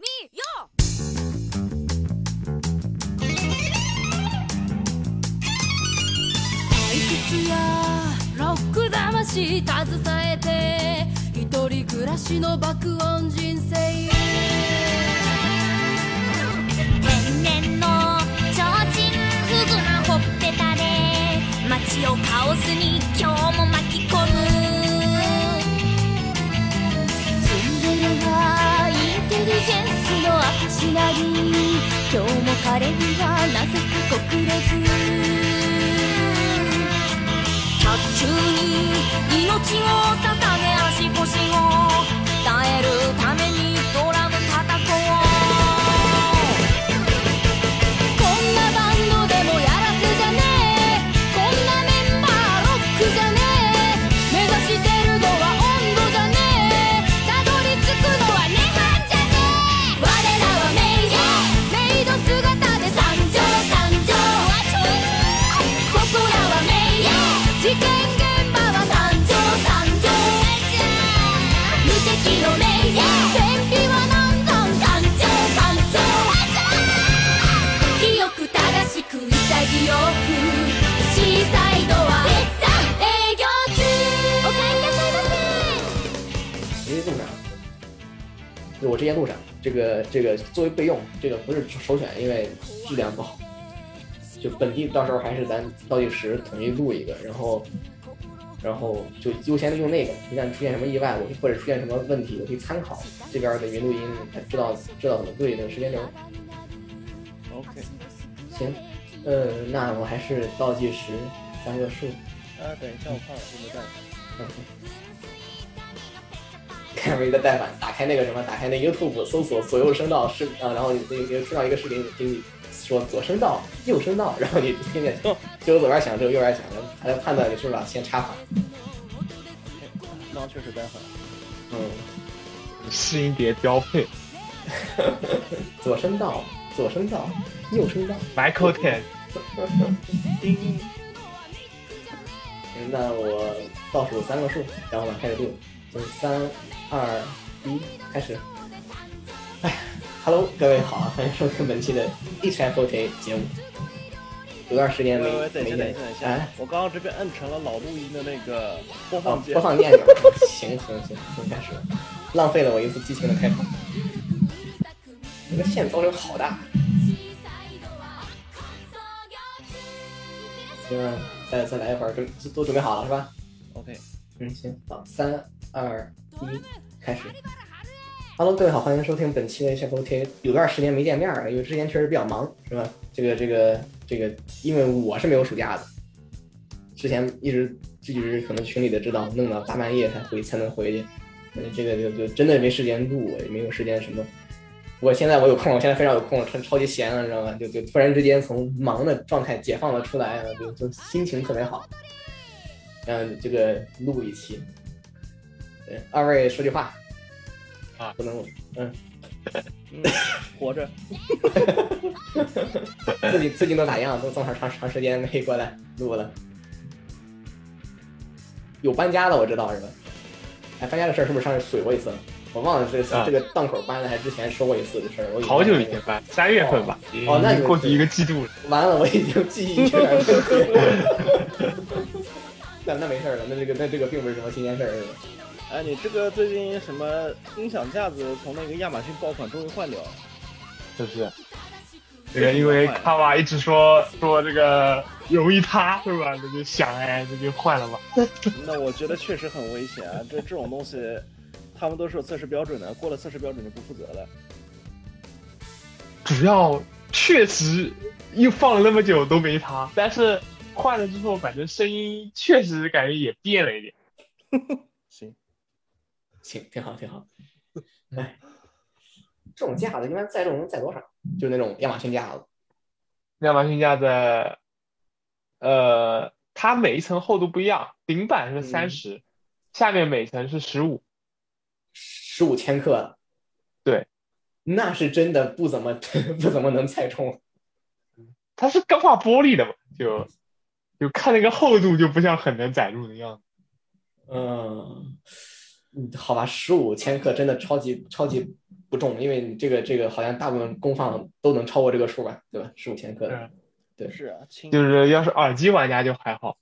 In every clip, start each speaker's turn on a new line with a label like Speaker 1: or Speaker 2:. Speaker 1: 你哟！退屈やロック魂携えて一人暮らしの爆音人生へ
Speaker 2: 天然の提灯フグなほっぺたで街をカオスに今日も巻き込むツンデレはインテリジェンスの証なり今日も彼にはなぜか告れず卓球に命を捧げ足腰を耐えるためにドラム叩こうこんなバンドでもやらせじゃねえこんなメンバーロックじゃねえ目指してるのは温度じゃねえたどり着くのは涅槃じゃねえ我らはメイドメイド姿で参上参上ここらはメイド事件現場は参上参上無敵のメイド天日は難産誕生誕生清く正しく潔くシーサイドは絶賛営業中お帰りなさいませ
Speaker 3: 直接进展。就我之前路上，这个这个作为备用，这个不是首选，因为质量不好。就本地到时候还是咱倒计时统一录一个，然后然后就优先用那个，一旦出现什么意外，我或者出现什么问题，我可以参考这边的云录音，知道知道怎么对那个时间轴。
Speaker 4: OK，
Speaker 3: 行，呃，那我还是倒计时三个数。
Speaker 4: 啊，等一下我看老师没带。
Speaker 3: 看了一个代码，打开那个什么，打开那 YouTube 搜索左右声道视啊，然后你你你听到一个视频，给你说左声道、右声道，然后你听见只有左边响，只有右边响，然后还能判断你是不是把线插反。
Speaker 4: 那确实待会儿。
Speaker 3: 嗯，
Speaker 5: 试音碟标配
Speaker 3: 左声道、左声道、右声道。
Speaker 5: ，Michael Ten，
Speaker 3: 行，嗯那我倒数三个数，然后我们开始录，就是三、二、一，开始。哎，Hello，各位好啊，欢迎收听本期的 HFOK 节目。有段时间没
Speaker 4: 喂喂，等
Speaker 3: 没
Speaker 4: 一下，等
Speaker 3: 见
Speaker 4: 一下，等一，下
Speaker 3: 哎，，
Speaker 4: 我刚刚这边摁成了老录音的那个播
Speaker 3: 哦
Speaker 4: 放，键
Speaker 3: 播。放键钮， 行行行，行，开始了，浪费了我一次激情的开场。这个线噪声好大，行吧，再再来一会儿，准都准备好了是吧？
Speaker 4: OK，
Speaker 3: 嗯，行，好，三二一，开始。Hello，各位好，欢迎收听本期的 h f t 有段时间没见面了，因为之前确实比较忙，是吧？这个这个这个，因为我是没有暑假的，之前一直一直可能群里的知道，弄到大半夜才回才能回去，呃这个就就真的没时间录，也没有时间什么。我现在我有空，我现在非常有空，超超级闲了，你知道吗？就就突然之间从忙的状态解放了出来，就就心情特别好。嗯，这个录一期。对，二位说句话
Speaker 5: 啊
Speaker 3: 不能嗯，
Speaker 4: 嗯，活着。
Speaker 3: 自己最近都咋样？都这么长长时间没过来录了，有搬家的我知道是吧？哎，搬家的事儿是不是上次水过一次了？我忘了这次、
Speaker 5: 啊
Speaker 3: 这个档口搬的还之前说过一次的事儿，我已经
Speaker 5: 好久以前搬，三月份吧，已
Speaker 3: 哦那你
Speaker 5: 经过去一个季度了。
Speaker 3: 完了，我已经记忆有点问题了。 那那没事儿了，那这个那这个并不是什么新鲜事儿是吧？
Speaker 4: 哎，你这个最近什么音响架子从那个亚马逊爆款终于换掉了。
Speaker 5: 是不是？这个因为卡瓦一直说说这个容易塌是吧？那就想哎，那就换了吧。
Speaker 4: 那我觉得确实很危险啊！这这种东西，他们都是有测试标准的，过了测试标准就不负责了。
Speaker 5: 主要确实又放了那么久都没塌，但是换了之后，感觉声音确实感觉也变了一点。
Speaker 4: 行，
Speaker 3: 行，挺好，挺好。哎，这种架子一般载重能载多少？就是那种亚马逊架子。
Speaker 5: 亚马逊架的，呃，它每一层厚度不一样，顶板是三十、下面每层是十五。
Speaker 3: 十五千克，
Speaker 5: 对，
Speaker 3: 那是真的不怎么 不怎么能猜中。
Speaker 5: 它是钢化玻璃的嘛，就就看那个厚度就不像很能载入的样子。
Speaker 3: 嗯，嗯好吧，十五千克真的超级超级不重，因为你这个这个好像大部分功放都能超过这个数吧，对吧？十五千克的，对
Speaker 4: 是啊，轻
Speaker 5: 就是要是耳机玩家就还好，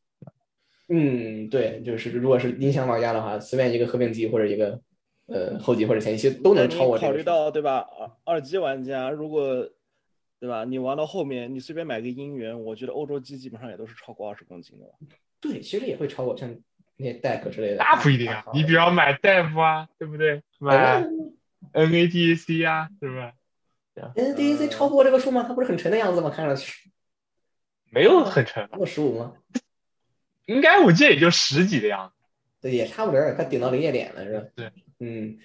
Speaker 3: 嗯，对，就是如果是音响玩家的话，随便一个合并机或者一个呃后级或者前级都能超过这
Speaker 4: 考
Speaker 3: 个
Speaker 4: 虑
Speaker 3: 数。
Speaker 4: 到对吧？耳耳机玩家如果对吧，你玩到后面，你随便买个音源，我觉得欧洲机基本上也都是超过二十公斤的吧。
Speaker 3: 对，其实也会超过像那些 DEC 之类的。
Speaker 5: 那不一定啊
Speaker 3: 大。哎
Speaker 5: 你比方买 DEV 啊，对不对？买 NADAC 啊，是不是？
Speaker 3: NDAC 超过这个数吗？它不是很沉的样子吗？看上去
Speaker 5: 没有很沉吧，
Speaker 3: 超过十五吗？
Speaker 5: 应该我记得也就十几的样子。
Speaker 3: 对，也差不多儿，快顶到临界点了，是吧？
Speaker 5: 对，
Speaker 3: 嗯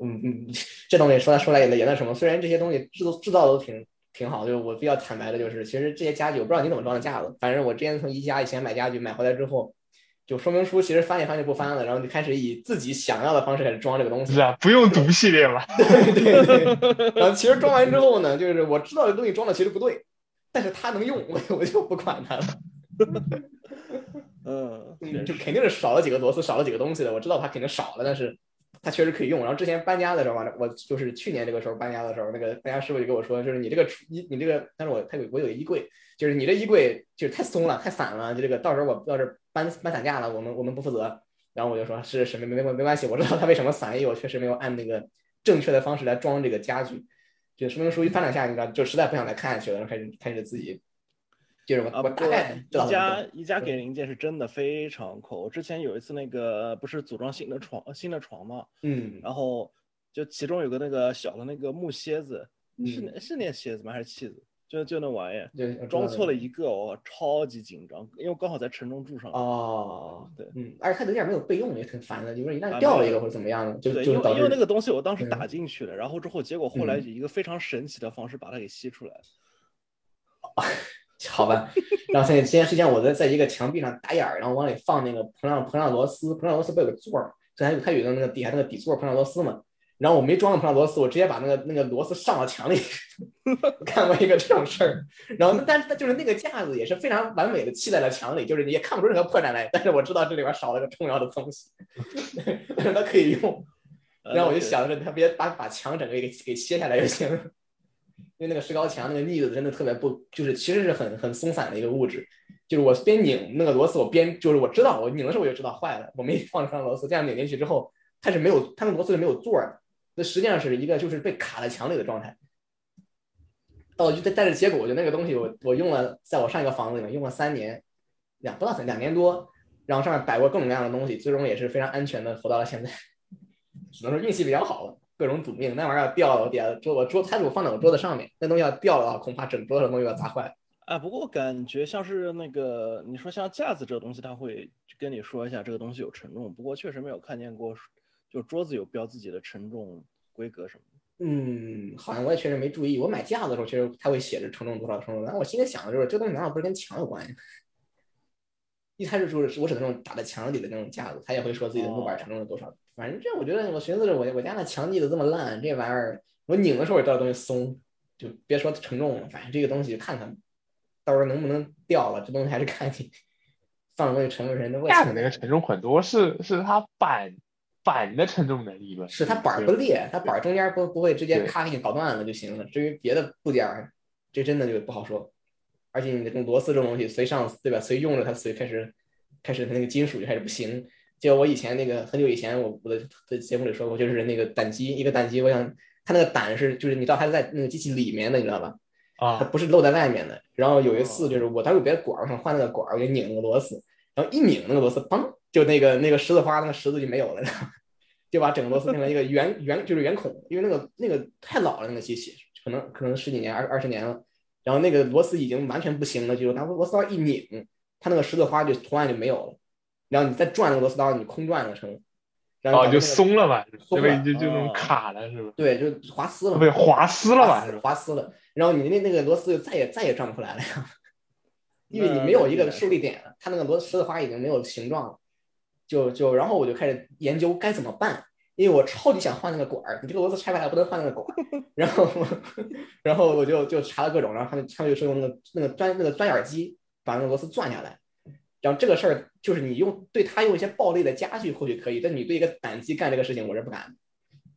Speaker 3: 嗯嗯，这东西说来说来也也那什么，虽然这些东西制作制造都挺挺好，就是我比较坦白的，就是其实这些家具，我不知道你怎么装的架子，反正我之前从宜家以前买家具，买回来之后，就说明书其实翻也翻就不翻了，然后就开始以自己想要的方式开始装这个东西
Speaker 5: 是，啊，不用读系列嘛，
Speaker 3: 对对对。 然后其实装完之后呢，就是我知道这东西装的其实不对，但是它能用，我我就不管它了。
Speaker 4: 嗯，
Speaker 3: 嗯，
Speaker 4: 确
Speaker 3: 就
Speaker 4: 实
Speaker 3: 肯定是少了几个螺丝，少了几个东西的。我知道它肯定少了，但是它确实可以用。然后之前搬家的时候嘛，我就是去年这个时候搬家的时候，那个搬家师傅就跟我说，就是你这个厨你你这个，但是我他有我有衣柜，就是你这衣柜就是太松了，太散了，就这个到时候我要是搬搬散架了，我们我们不负责。然后我就说是是没没没没关系，我知道它为什么散，因为我确实没有按那个正确的方式来装这个家具。就说明书一翻两下，你知道，就实在不想再看下去了，然后开始开始自己，就是我、
Speaker 4: 啊，
Speaker 3: 我
Speaker 4: 不
Speaker 3: 大
Speaker 4: 过
Speaker 3: 概知道怎么
Speaker 4: 宜家
Speaker 3: 装
Speaker 4: 宜家
Speaker 3: 对
Speaker 4: 给零件是真的非常抠。我之前有一次那个不是组装新的床新的床嘛，
Speaker 3: 嗯
Speaker 4: 然后就其中有个那个小的那个木楔子，是
Speaker 3: 嗯，
Speaker 4: 那是那楔子吗？还是器子？就就那玩意儿，
Speaker 3: 对，我知道
Speaker 4: 装
Speaker 3: 的
Speaker 4: 错了一个，我超级紧张，因为刚好在城中住上。
Speaker 3: 哦，
Speaker 4: 对
Speaker 3: 嗯，而且它零件没有备用也挺烦的，就是一旦
Speaker 4: 啊
Speaker 3: 掉了一
Speaker 4: 没有
Speaker 3: 个或者怎么样的，就
Speaker 4: 对，
Speaker 3: 就
Speaker 4: 因
Speaker 3: 是导
Speaker 4: 为因为那
Speaker 3: 致
Speaker 4: 个东西我当时
Speaker 3: 嗯
Speaker 4: 打进去了，然后之后结果后来
Speaker 3: 嗯
Speaker 4: 以一个非常神奇的方式把它给吸出来了。
Speaker 3: 好吧。然后现在这件事情，我在在一个墙壁上打眼儿，然后往里放那个膨胀膨胀螺丝，膨胀螺丝不有个座儿吗？就它有它有一个那个底下那个底座膨胀螺丝嘛。然后我没装上膨胀螺丝，我直接把那个那个螺丝上到墙里。 干过一个这种事儿，然后那但是就是那个架子也是非常完美的砌在了墙里，就是你也看不出任何破绽来，但是我知道这里边少了个重要的东西， 但是它可以用。
Speaker 4: 呃
Speaker 3: 然后我就
Speaker 4: 对
Speaker 3: 想着他别把把墙整个给给切下来就行，因为那个石膏墙那个腻子真的特别不，就是其实是很很松散的一个物质，就是我边拧那个螺丝，我边就是我知道我拧的时候我就知道坏了，我没放上螺丝，这样拧进去之后，它是没有它那螺丝是没有座儿的，那实际上是一个就是被卡在墙里的状态。哦，就但但是结果就那个东西我我用了，在我上一个房子里面用了三年，两不到三两年多，然后上面摆过各种各样的东西，最终也是非常安全的活到了现在。 只能说运气比较好了，各种赌命。那玩意儿要掉了，我底下桌我桌它是我放在我桌子上面，那东西要掉了，恐怕整桌的东西要砸坏了。
Speaker 4: 啊，不过我感觉像是那个，你说像架子这个东西，它会跟你说一下这个东西有承重，不过确实没有看见过，就桌子有标自己的承重规格什么的。
Speaker 3: 嗯，好像我也确实没注意。我买架子的时候，其实它会写着承重多少承重多少，但我心里想的就是，这东西难道不是跟墙有关系？一开始说的是我指的那种打在墙里的那种架子，它也会说自己的木板
Speaker 5: 哦
Speaker 3: 承重了多少。反正这我觉得，我寻思着我我家那墙立的这么烂，这玩意儿我拧的时候也知道东西松，就别说承重了，反正这个东西看看，到时候能不能掉了，这东西还是看你放的东西沉不沉。那我也
Speaker 5: 架
Speaker 3: 看
Speaker 5: 子那
Speaker 3: 看
Speaker 5: 个承重很多是是它板板的承重能力吧？
Speaker 3: 是它板儿不裂，它板儿中间不不会直接咔给你搞断了就行了。至于别的部件儿，这真的就不好说。而且你这种螺丝这种东西，随上对吧？随用着它，随开始开始它那个金属就开始不行。就我以前那个很久以前我我的的节目里说过，就是那个胆机，一个胆机，我想它那个胆是就是你知道它在那个机器里面的，你知道吧？它
Speaker 5: 啊，哦
Speaker 3: 不是露在外面的。然后有一次就是我当时有别的管儿，我想换那个管儿，我就拧那个螺丝，然后一拧那个螺丝，砰，就那个那个石子花那个石子就没有了， 就把整个螺丝变成一个圆圆就是圆孔，因为那个那个太老了那个机器，可能可能十几年二二十年了，然后那个螺丝已经完全不行了，就是拿螺丝刀一拧，它那个石子花就图案就没有了，然后你再转那个螺丝刀，你空转了成，然后
Speaker 5: 哦
Speaker 3: 把
Speaker 5: 就
Speaker 3: 那个
Speaker 5: 松了嘛，
Speaker 3: 松
Speaker 5: 就
Speaker 3: 了
Speaker 5: 被就就那种
Speaker 4: 哦
Speaker 5: 卡了是吧？
Speaker 3: 对，就划丝了嘛，
Speaker 5: 被划丝了
Speaker 3: 划
Speaker 5: 嘛
Speaker 3: 丝
Speaker 5: 是吧？
Speaker 3: 划丝了，然后你那那个螺丝就再也再也转不回来了呀，因为你
Speaker 4: 那
Speaker 3: 没有
Speaker 4: 那
Speaker 3: 一
Speaker 4: 必
Speaker 3: 个
Speaker 4: 然
Speaker 3: 受力点了，它那个螺丝的花已经没有形状了，就就然后我就开始研究该怎么办，因为我超级想换那个管儿，你这个螺丝拆下来不能换那个管儿，然后 然后我就就查了各种，然后他们他们就说用那个那个钻那个钻眼儿机把那个螺丝钻下来。然后这个事儿就是你用对它用一些暴力的家具或许可以，但你对一个胆机干这个事情，我是不敢的。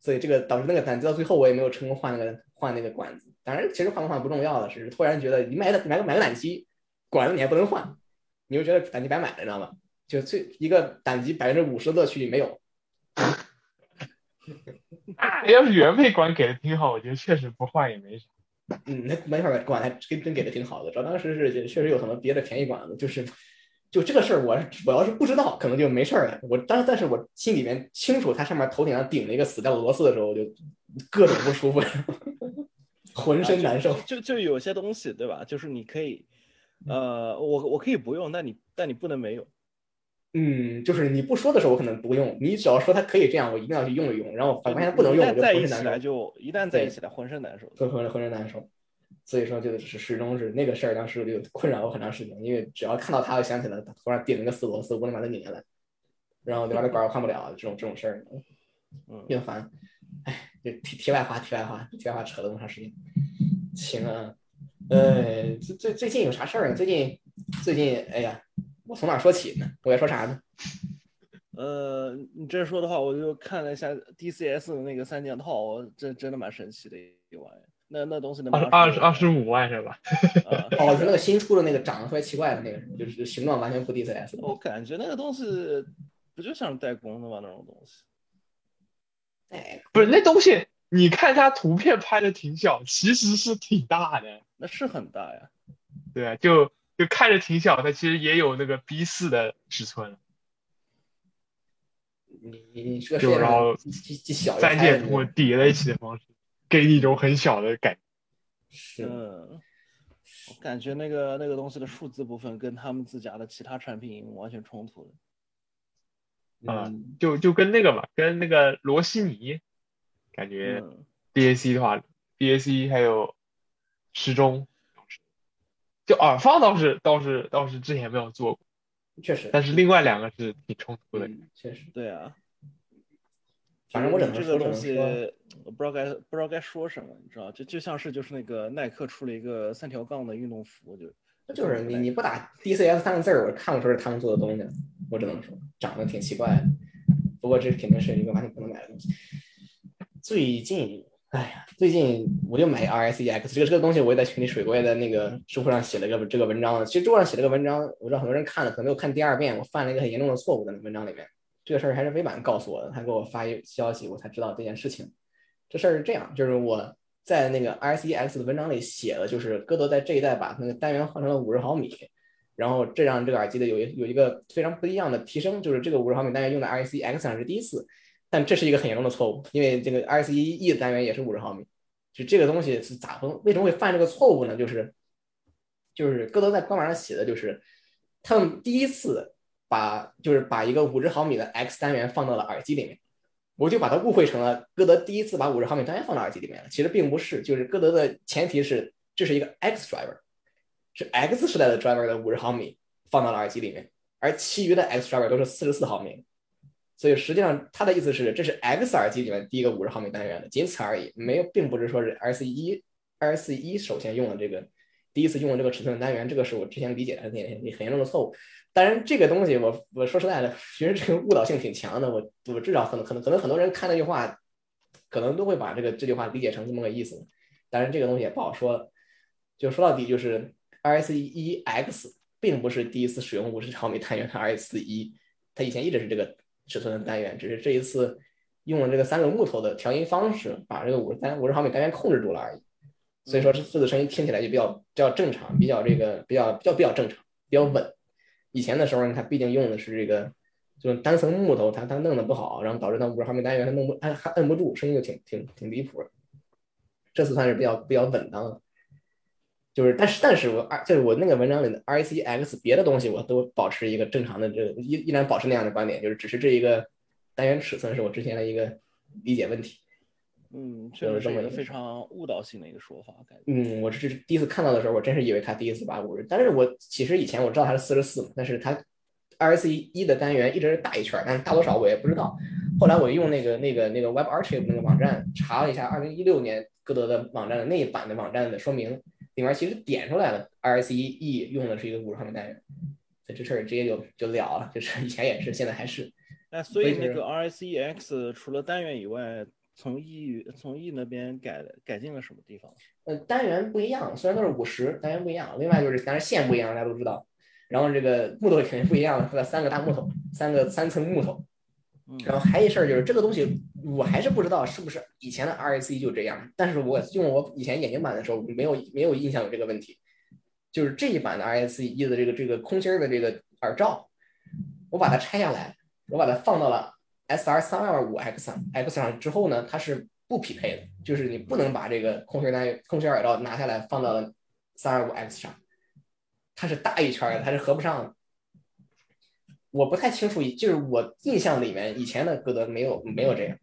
Speaker 3: 所以这个导致那个单词到最后我也没有成功换那个换那个管子。当然，其实换不换不重要了，只是突然觉得你买的买个买个胆机，管子你还不能换，你就觉得胆机白买了，你知道吗？就最一个胆机百分之五十的乐趣没有。
Speaker 5: 哎要是原配管给的挺好，我觉得确实不换也没啥。
Speaker 3: 嗯，那没法儿管还真真给的挺好的，主要当时是确实有很多别的便宜馆子，就是就这个事儿，我是我要是不知道，可能就没事儿了。我当但是我心里面清楚，它上面头顶上顶了一个死掉的螺丝的时候，我就各种不舒服， 浑身难受。
Speaker 4: 啊就就有些东西，对吧？就是你可以，呃，我我可以不用，但你但你不能没有。
Speaker 3: 嗯，就是你不说的时候，我可能不用；你只要说它可以这样，我一定要去用一用。然后啊我发现不能用，
Speaker 4: 一
Speaker 3: 我
Speaker 4: 旦
Speaker 3: 就
Speaker 4: 在
Speaker 3: 浑
Speaker 4: 一
Speaker 3: 身
Speaker 4: 起
Speaker 3: 难受，
Speaker 4: 来就一旦在一
Speaker 3: 对
Speaker 4: 起来浑身难受。
Speaker 3: 浑浑浑身难受。所以说，就是始终是那个事儿，当时我就困扰我很长时间，因为只要看到它，我想起来头上顶了个死螺丝，我不能把它拧下来，然后就把这管儿我看不了，这种这种事儿，
Speaker 4: 嗯，
Speaker 3: 厌烦。哎，这题题外话，题外话，题外话扯了那么长时间。行啊，呃，最最最近有啥事儿啊？最近最近，哎呀，我从哪儿说起呢？我该说啥呢？
Speaker 4: 呃，你这说的话，我就看了一下 DCS 的那个三件套，真真的蛮神奇的一玩意儿。那那东西能
Speaker 5: 二十
Speaker 4: 二
Speaker 5: 二十二十五万是吧？
Speaker 4: 啊！
Speaker 3: 哦，是那个新出的那个长得特别奇怪的那个，就是形状完全不 DCS 的。
Speaker 5: 哦
Speaker 4: 我感觉那个东西不就像是代工的吗？那种东西。
Speaker 3: 哎，
Speaker 5: 不是那东西，你看它图片拍的挺小，其实是挺大的。
Speaker 4: 那是很大呀。
Speaker 5: 对啊，就就看着挺小，它其实也有那个 B 四的尺寸，
Speaker 3: 你你你这个世
Speaker 5: 就
Speaker 3: 界
Speaker 5: 然后
Speaker 3: 上既既既小又矮
Speaker 5: 三件
Speaker 3: 的
Speaker 5: 图叠在一起的方式，给你一种很小的感觉。
Speaker 3: 是
Speaker 4: 嗯，我感觉那个那个东西的数字部分跟他们自家的其他产品完全冲突的。
Speaker 5: 啊
Speaker 3: 嗯
Speaker 5: 就就跟那个嘛，跟那个罗西尼，感觉
Speaker 4: 嗯，
Speaker 5: DAC 的话、d a c 还有时钟，就耳放倒是倒是倒是之前没有做过，
Speaker 3: 确实，
Speaker 5: 但是另外两个是挺冲突的。
Speaker 3: 嗯确实，
Speaker 4: 对啊。
Speaker 3: 反正我只能
Speaker 4: 这
Speaker 3: 说只
Speaker 4: 个东
Speaker 3: 能
Speaker 4: 西
Speaker 3: 说，
Speaker 4: 我不知道该不知道该说什么，你知道，就就像是就是那个耐克出了一个三条杠的运动服，就
Speaker 3: 就是你你不打 DCS 三个字儿，我看不出是他们做的东西，我只能说长得挺奇怪的。不过这肯定是一个完全不能买的东西。最近，哎呀，最近我就买 RSEX 这个这个东西，我也在群里水过，也在那个
Speaker 5: 嗯
Speaker 3: 知乎上写了个这个文章。其实知乎上写了个文章，我知道很多人看了，可能没有看第二遍。我犯了一个很严重的错误，在那文章里面，这个事儿还是微版告诉我的，他给我发一消息，我才知道这件事情。这事儿是这样，就是我在那个 RSEX 的文章里写了，就是歌德在这一代把那个单元换成了五十毫米，然后这让这个耳机的有一有一个非常不一样的提升，就是这个五十毫米单元用在 RSEX 上是第一次，但这是一个很严重的错误，因为这个 RSE 的单元也是五十毫米，就这个东西是咋分？为什么会犯这个错误呢？就是就是歌德在官网上写的，就是他们第一次把就是把一个五十毫米的 X 单元放到了耳机里面。我就把它误会成了歌德第一次把五十毫米单元放到耳机里面了，其实并不是，就是歌德的前提是这是一个 X driver，是 X 时代的 driver 的五十毫米放到了耳机里面，而其余的 X driver 都是四十四毫米，所以实际上他的意思是这是 X 耳机里面第一个五十毫米单元了，仅此而已，没有，并不是说是 R C 一 R C 一首先用了这个第一次用了这个尺寸的单元，这个是我之前理解的很很很严重的错误，当然，这个东西我我说实在的，其实这个误导性挺强的。我我至少可能可能可能很多人看那句话，可能都会把这个这句话理解成这么个意思。当然，这个东西也不好说。就说到底，就是 RS1X 并不是第一次使用五十毫米单元的 RS1，它以前一直是这个尺寸的单元，只是这一次用了这个三个木头的调音方式，把这个五十单五十毫米单元控制住了而已。所以说这这次声音听起来就比较比较正常，比较这个比较比较比较正常，比较稳。以前的时候呢，它毕竟用的是这个就是单层木头，它它弄得不好，然后导致它五十毫米单元它弄不按还摁不住，声音就挺挺挺离谱的。这次算是比较比较稳当了，就是但是但是我啊二就是我那个文章里的 R C X 别的东西我都保持一个正常的这个依依然保持那样的观点，就是只是这一个单元尺寸是我之前的一个理解问题。
Speaker 4: 嗯，确
Speaker 3: 有
Speaker 4: 实
Speaker 3: 这
Speaker 4: 是
Speaker 3: 么
Speaker 4: 一个
Speaker 3: 一
Speaker 4: 非常误导性的一个说法，感觉。
Speaker 3: 嗯，我这是第一次看到的时候，我真是以为它第一次把五十，但是我其实以前我知道它是四十四嘛，但是它 RSC 一的单元一直是大一圈儿，但是大多少我也不知道。后来我用那个那个那个 Web Archive 那个网站查了一下，二零一六年歌德的网站的那一版的网站的说明里面其实点出来了，RSC E 用的是一个五十毫米单元，所以这事儿直接就就了了，就是以前也是，现在还是。
Speaker 4: 哎，所
Speaker 3: 所
Speaker 4: 以
Speaker 3: 以
Speaker 4: 那
Speaker 3: 是
Speaker 4: 个 RSEX 除了单元以外，从 E 从 E 那边改改进了什么地方？
Speaker 3: 呃，单元不一样，虽然都是五十，单元不一样。另外就是，当然线不一样，大家都知道。然后这个木头也肯定不一样了，它的三个大木头，三个三层木头。
Speaker 4: 嗯，
Speaker 3: 然后还有一事儿就是，这个东西我还是不知道是不是以前的 RSC 就这样，但是我用我以前眼睛版的时候，没有没有印象有这个问题。就是这一版的 RSC 一的这个这个空心儿的这个耳罩，我把它拆下来，我把它放到了 SR 三二五 X 上 X 上之后呢，它是不匹配的，就是你不能把这个空心儿单空心儿耳罩拿下来放到了三二五 X 上，它是大一圈儿的，它是合不上的。我不太清楚，就是我印象里面以前的歌德没有没有这样，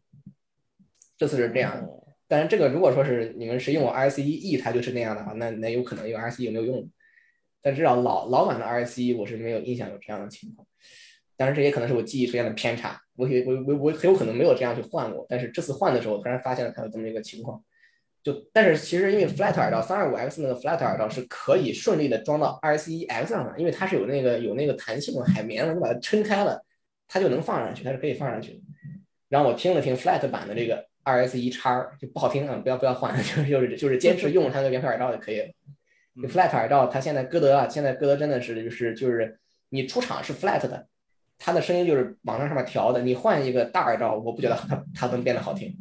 Speaker 3: 这次是这样的。
Speaker 4: 哦
Speaker 3: 但是这个如果说是你们谁用过 RSE，它 E 就是那样的话，那那有可能有 RSE E 有没有用？但至少老老版的 RSE E 我是没有印象有这样的情况。当然这也可能是我记忆出现的偏差，我也我我我很有可能没有这样去换过。但是这次换的时候，突然发现了它有这么一个情况。就但是其实因为 flat 耳道三二五 X 那个 flat 耳道是可以顺利的装到 RSE E X 上的，因为它是有那个有那个弹性的海绵的，你把它撑开了，它就能放上去，它是可以放上去的。然后我听了听 flat 版的这个 RS 一叉，就不好听啊，不要不要换， 就是就是就是坚持用它的原配耳罩就可以了。
Speaker 4: 嗯
Speaker 3: 就 flat 耳罩，它现在歌德啊，现在歌德真的是就是就是你出厂是 flat 的，它的声音就是往那上面调的，你换一个大耳罩，我不觉得它它能变得好听。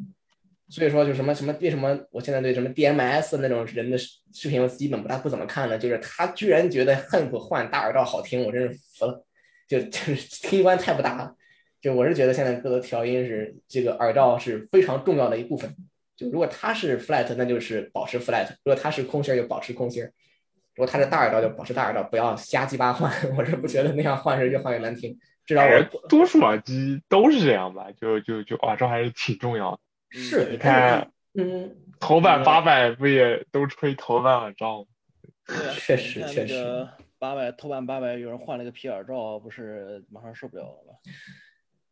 Speaker 3: 所以说，就什么什么，为什么我现在对什么 DMS 那种人的视视频，我基本不大不怎么看了，就是他居然觉得恨不换大耳罩好听，我真是服了，就就是 听官太不搭了。就我是觉得现在歌德调音是这个耳罩是非常重要的一部分。就如果它是 flat，那就是保持 flat；如果它是空心儿，就保持空心儿；如果它是大耳罩，就保持大耳罩，不要瞎鸡巴换。 我是不觉得那样换是越换越难听，至少我
Speaker 5: 多数耳哎机都是这样吧，就就就耳罩还是挺重要的。
Speaker 3: 是
Speaker 4: 嗯
Speaker 5: 你
Speaker 4: 对
Speaker 5: 看
Speaker 3: 嗯
Speaker 5: 头版八百不也都吹头版耳罩吗？
Speaker 4: 对啊
Speaker 3: 确
Speaker 4: 你
Speaker 3: 实
Speaker 4: 看
Speaker 3: 确
Speaker 4: 那个八百头版八百有人换了个皮耳罩，不是马上受不了了吗？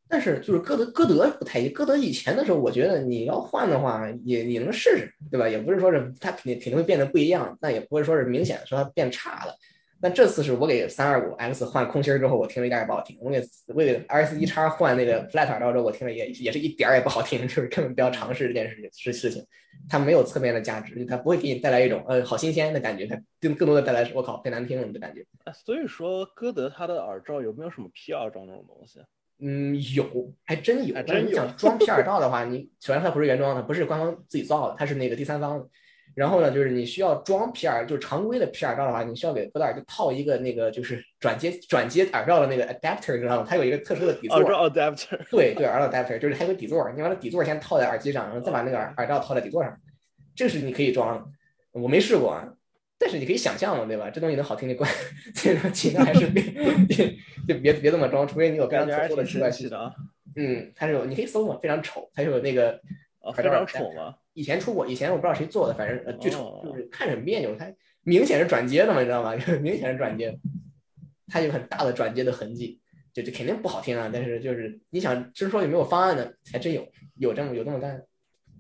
Speaker 3: 但是就是歌德，歌德不太一，歌德以前的时候，我觉得你要换的话，也也能试试，对吧？也不是说是它肯定肯定会变得不一样，但也不会说是明显说它变差了。但这次是我给三二五 X 换空心儿之后，我听了一点儿也不好听；我给我给 R S 一叉换那个 flat 耳罩之后，我听了也也是一点儿也不好听，就是根本不要尝试这件事情是事情，它没有侧面的价值，它不会给你带来一种呃好新鲜的感觉，它更更多的带来是我靠太难听了的感觉。
Speaker 4: 哎，所以说歌德他的耳罩有没有什么皮耳罩那种东西？啊
Speaker 3: 嗯，有，还真有。
Speaker 4: 还
Speaker 3: 但是你
Speaker 4: 真有
Speaker 3: 想装 皮耳罩的话，你首先它不是原装的，不是官方自己造的，它是那个第三方的。然后呢，就是你需要装皮耳，就是常规的皮耳罩的话，你需要给歌德耳机套一个那个就是转接转接耳罩的那个 adapter，你知道吗？它有一个特殊的底座
Speaker 4: 耳。罩 adapter，
Speaker 3: 对对，耳道 adapter 就是它有个底座儿，你把它底座儿先套在耳机上，然后再把那个
Speaker 4: 哦
Speaker 3: 耳耳罩套在底座上，这是你可以装的。我没试过，啊，但是你可以想象嘛，对吧？这东西能好听就怪， 所以说尽量还是 别就别别这么装，除非你有非常
Speaker 4: 感觉还
Speaker 3: 特殊的
Speaker 4: 挺
Speaker 3: 奇怪
Speaker 4: 神
Speaker 3: 需
Speaker 4: 奇
Speaker 3: 求。
Speaker 4: 的啊！
Speaker 3: 嗯，它是有，你可以搜嘛，非常丑，它有那个
Speaker 4: 啊，
Speaker 3: 耳
Speaker 4: 非
Speaker 3: 罩
Speaker 4: 常丑吗？
Speaker 3: 以前出过，以前我不知道谁做的，反正呃巨丑
Speaker 4: 哦，
Speaker 3: 就是看着很别扭，它明显是转接的嘛，你知道吗？ 就是明显是转接的，它有很大的转接的痕迹，就这肯定不好听啊。但是就是你想，真说有没有方案呢？还真有，有这么有这么干。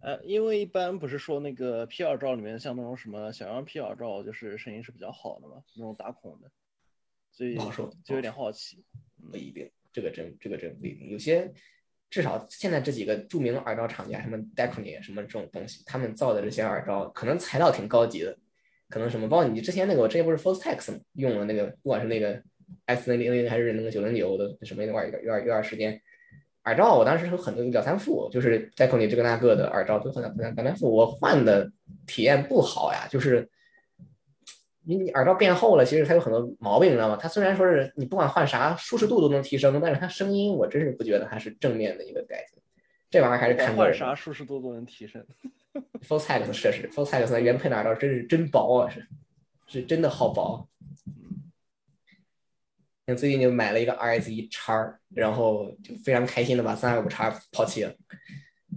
Speaker 4: 呃，因为一般不是说那个皮耳罩里面像那种什么小样皮耳罩，就是声音是比较好的嘛，那种打孔的，所以
Speaker 3: 不好说
Speaker 4: 就有点好奇。
Speaker 3: 不一定，这个真这个真不一定。有些至少现在这几个著名耳罩厂家，什么 Decony 什么这种东西，他们造的这些耳罩，可能材料挺高级的，可能什么，包括你之前那个，我之前不是 f o r s t e x 用了那个，不管是那个 X 零零零还是那个九零九的什么那段一段一段一段时间。耳罩，我当时有很多两三副，就是 Decony 这个那个的耳罩都很两两三副，我换的体验不好呀，就是你你耳罩变厚了，其实它有很多毛病，你知道吗？它虽然说是你不管换啥，舒适度都能提升，但是它声音我真是不觉得它是正面的一个改进。这玩意儿还是看个
Speaker 4: 换
Speaker 3: 人。
Speaker 4: 啥舒适度都能提升。
Speaker 3: Full Sex 确实，Full Sex 的原配的耳罩真是真薄啊，是是真的好薄。那最近就买了一个 RS 一叉，然后就非常开心的把三二五叉抛弃了。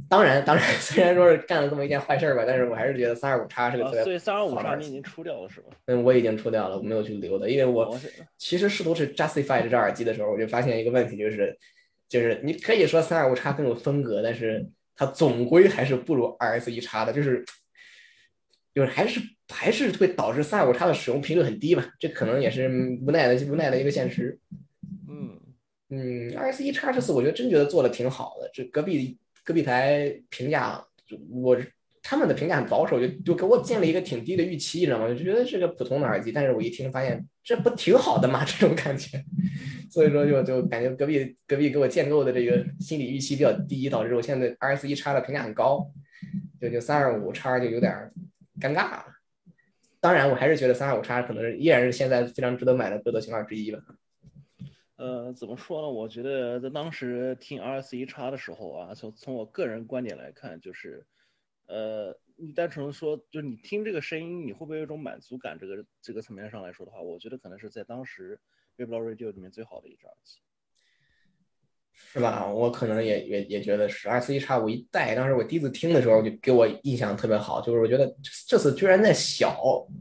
Speaker 3: 当然，当然， 虽然说是干了这么一件坏事儿吧，但是我还是觉得三二五叉是个
Speaker 4: 啊
Speaker 3: 特，别
Speaker 4: 所以三二五
Speaker 3: 好的
Speaker 4: 叉
Speaker 3: 耳
Speaker 4: 你已
Speaker 3: 机
Speaker 4: 经出掉了是吧？
Speaker 3: 嗯，我已经出掉了，我没有去留的，因为我
Speaker 4: 我是
Speaker 3: 其实试图去 justify 这只耳机的时候，我就发现一个问题，就是就是你可以说三二五叉更有风格，但是它总归还是不如 RS 一叉的，就是就是还是还是会导致三二五叉的使用频率很低吧，这可能也是无奈的无奈的一个现实。
Speaker 4: 嗯，
Speaker 3: E 嗯，RS 一叉这次我觉得真觉得做的挺好的，这隔壁隔壁台评价就我他们的评价很保守，就就给我建立一个挺低的预期，你知道吗？就觉得是个普通的耳机，但是我一听发现这不挺好的吗？ 这种感觉，所以说就就感觉隔壁隔壁给我建构的这个心理预期比较低，导致我现在 R S 一叉的评价很高，就就三二五叉就有点儿尴尬了。当然，我还是觉得三二五叉可能是依然是现在非常值得买的歌德型号之一吧。
Speaker 4: 呃，怎么说呢？我觉得在当时听 R S 一叉的时候啊，从从我个人观点来看，就是，呃，你单纯说，就是你听这个声音，你会不会有一种满足感？这个这个层面上来说的话，我觉得可能是在当时 w e b l o Radio 里面最好的一只耳机。
Speaker 3: 是吧？我可能也也也觉得是二四一叉我一代，当时我第一次听的时候就给我印象特别好，就是我觉得这这次居然在小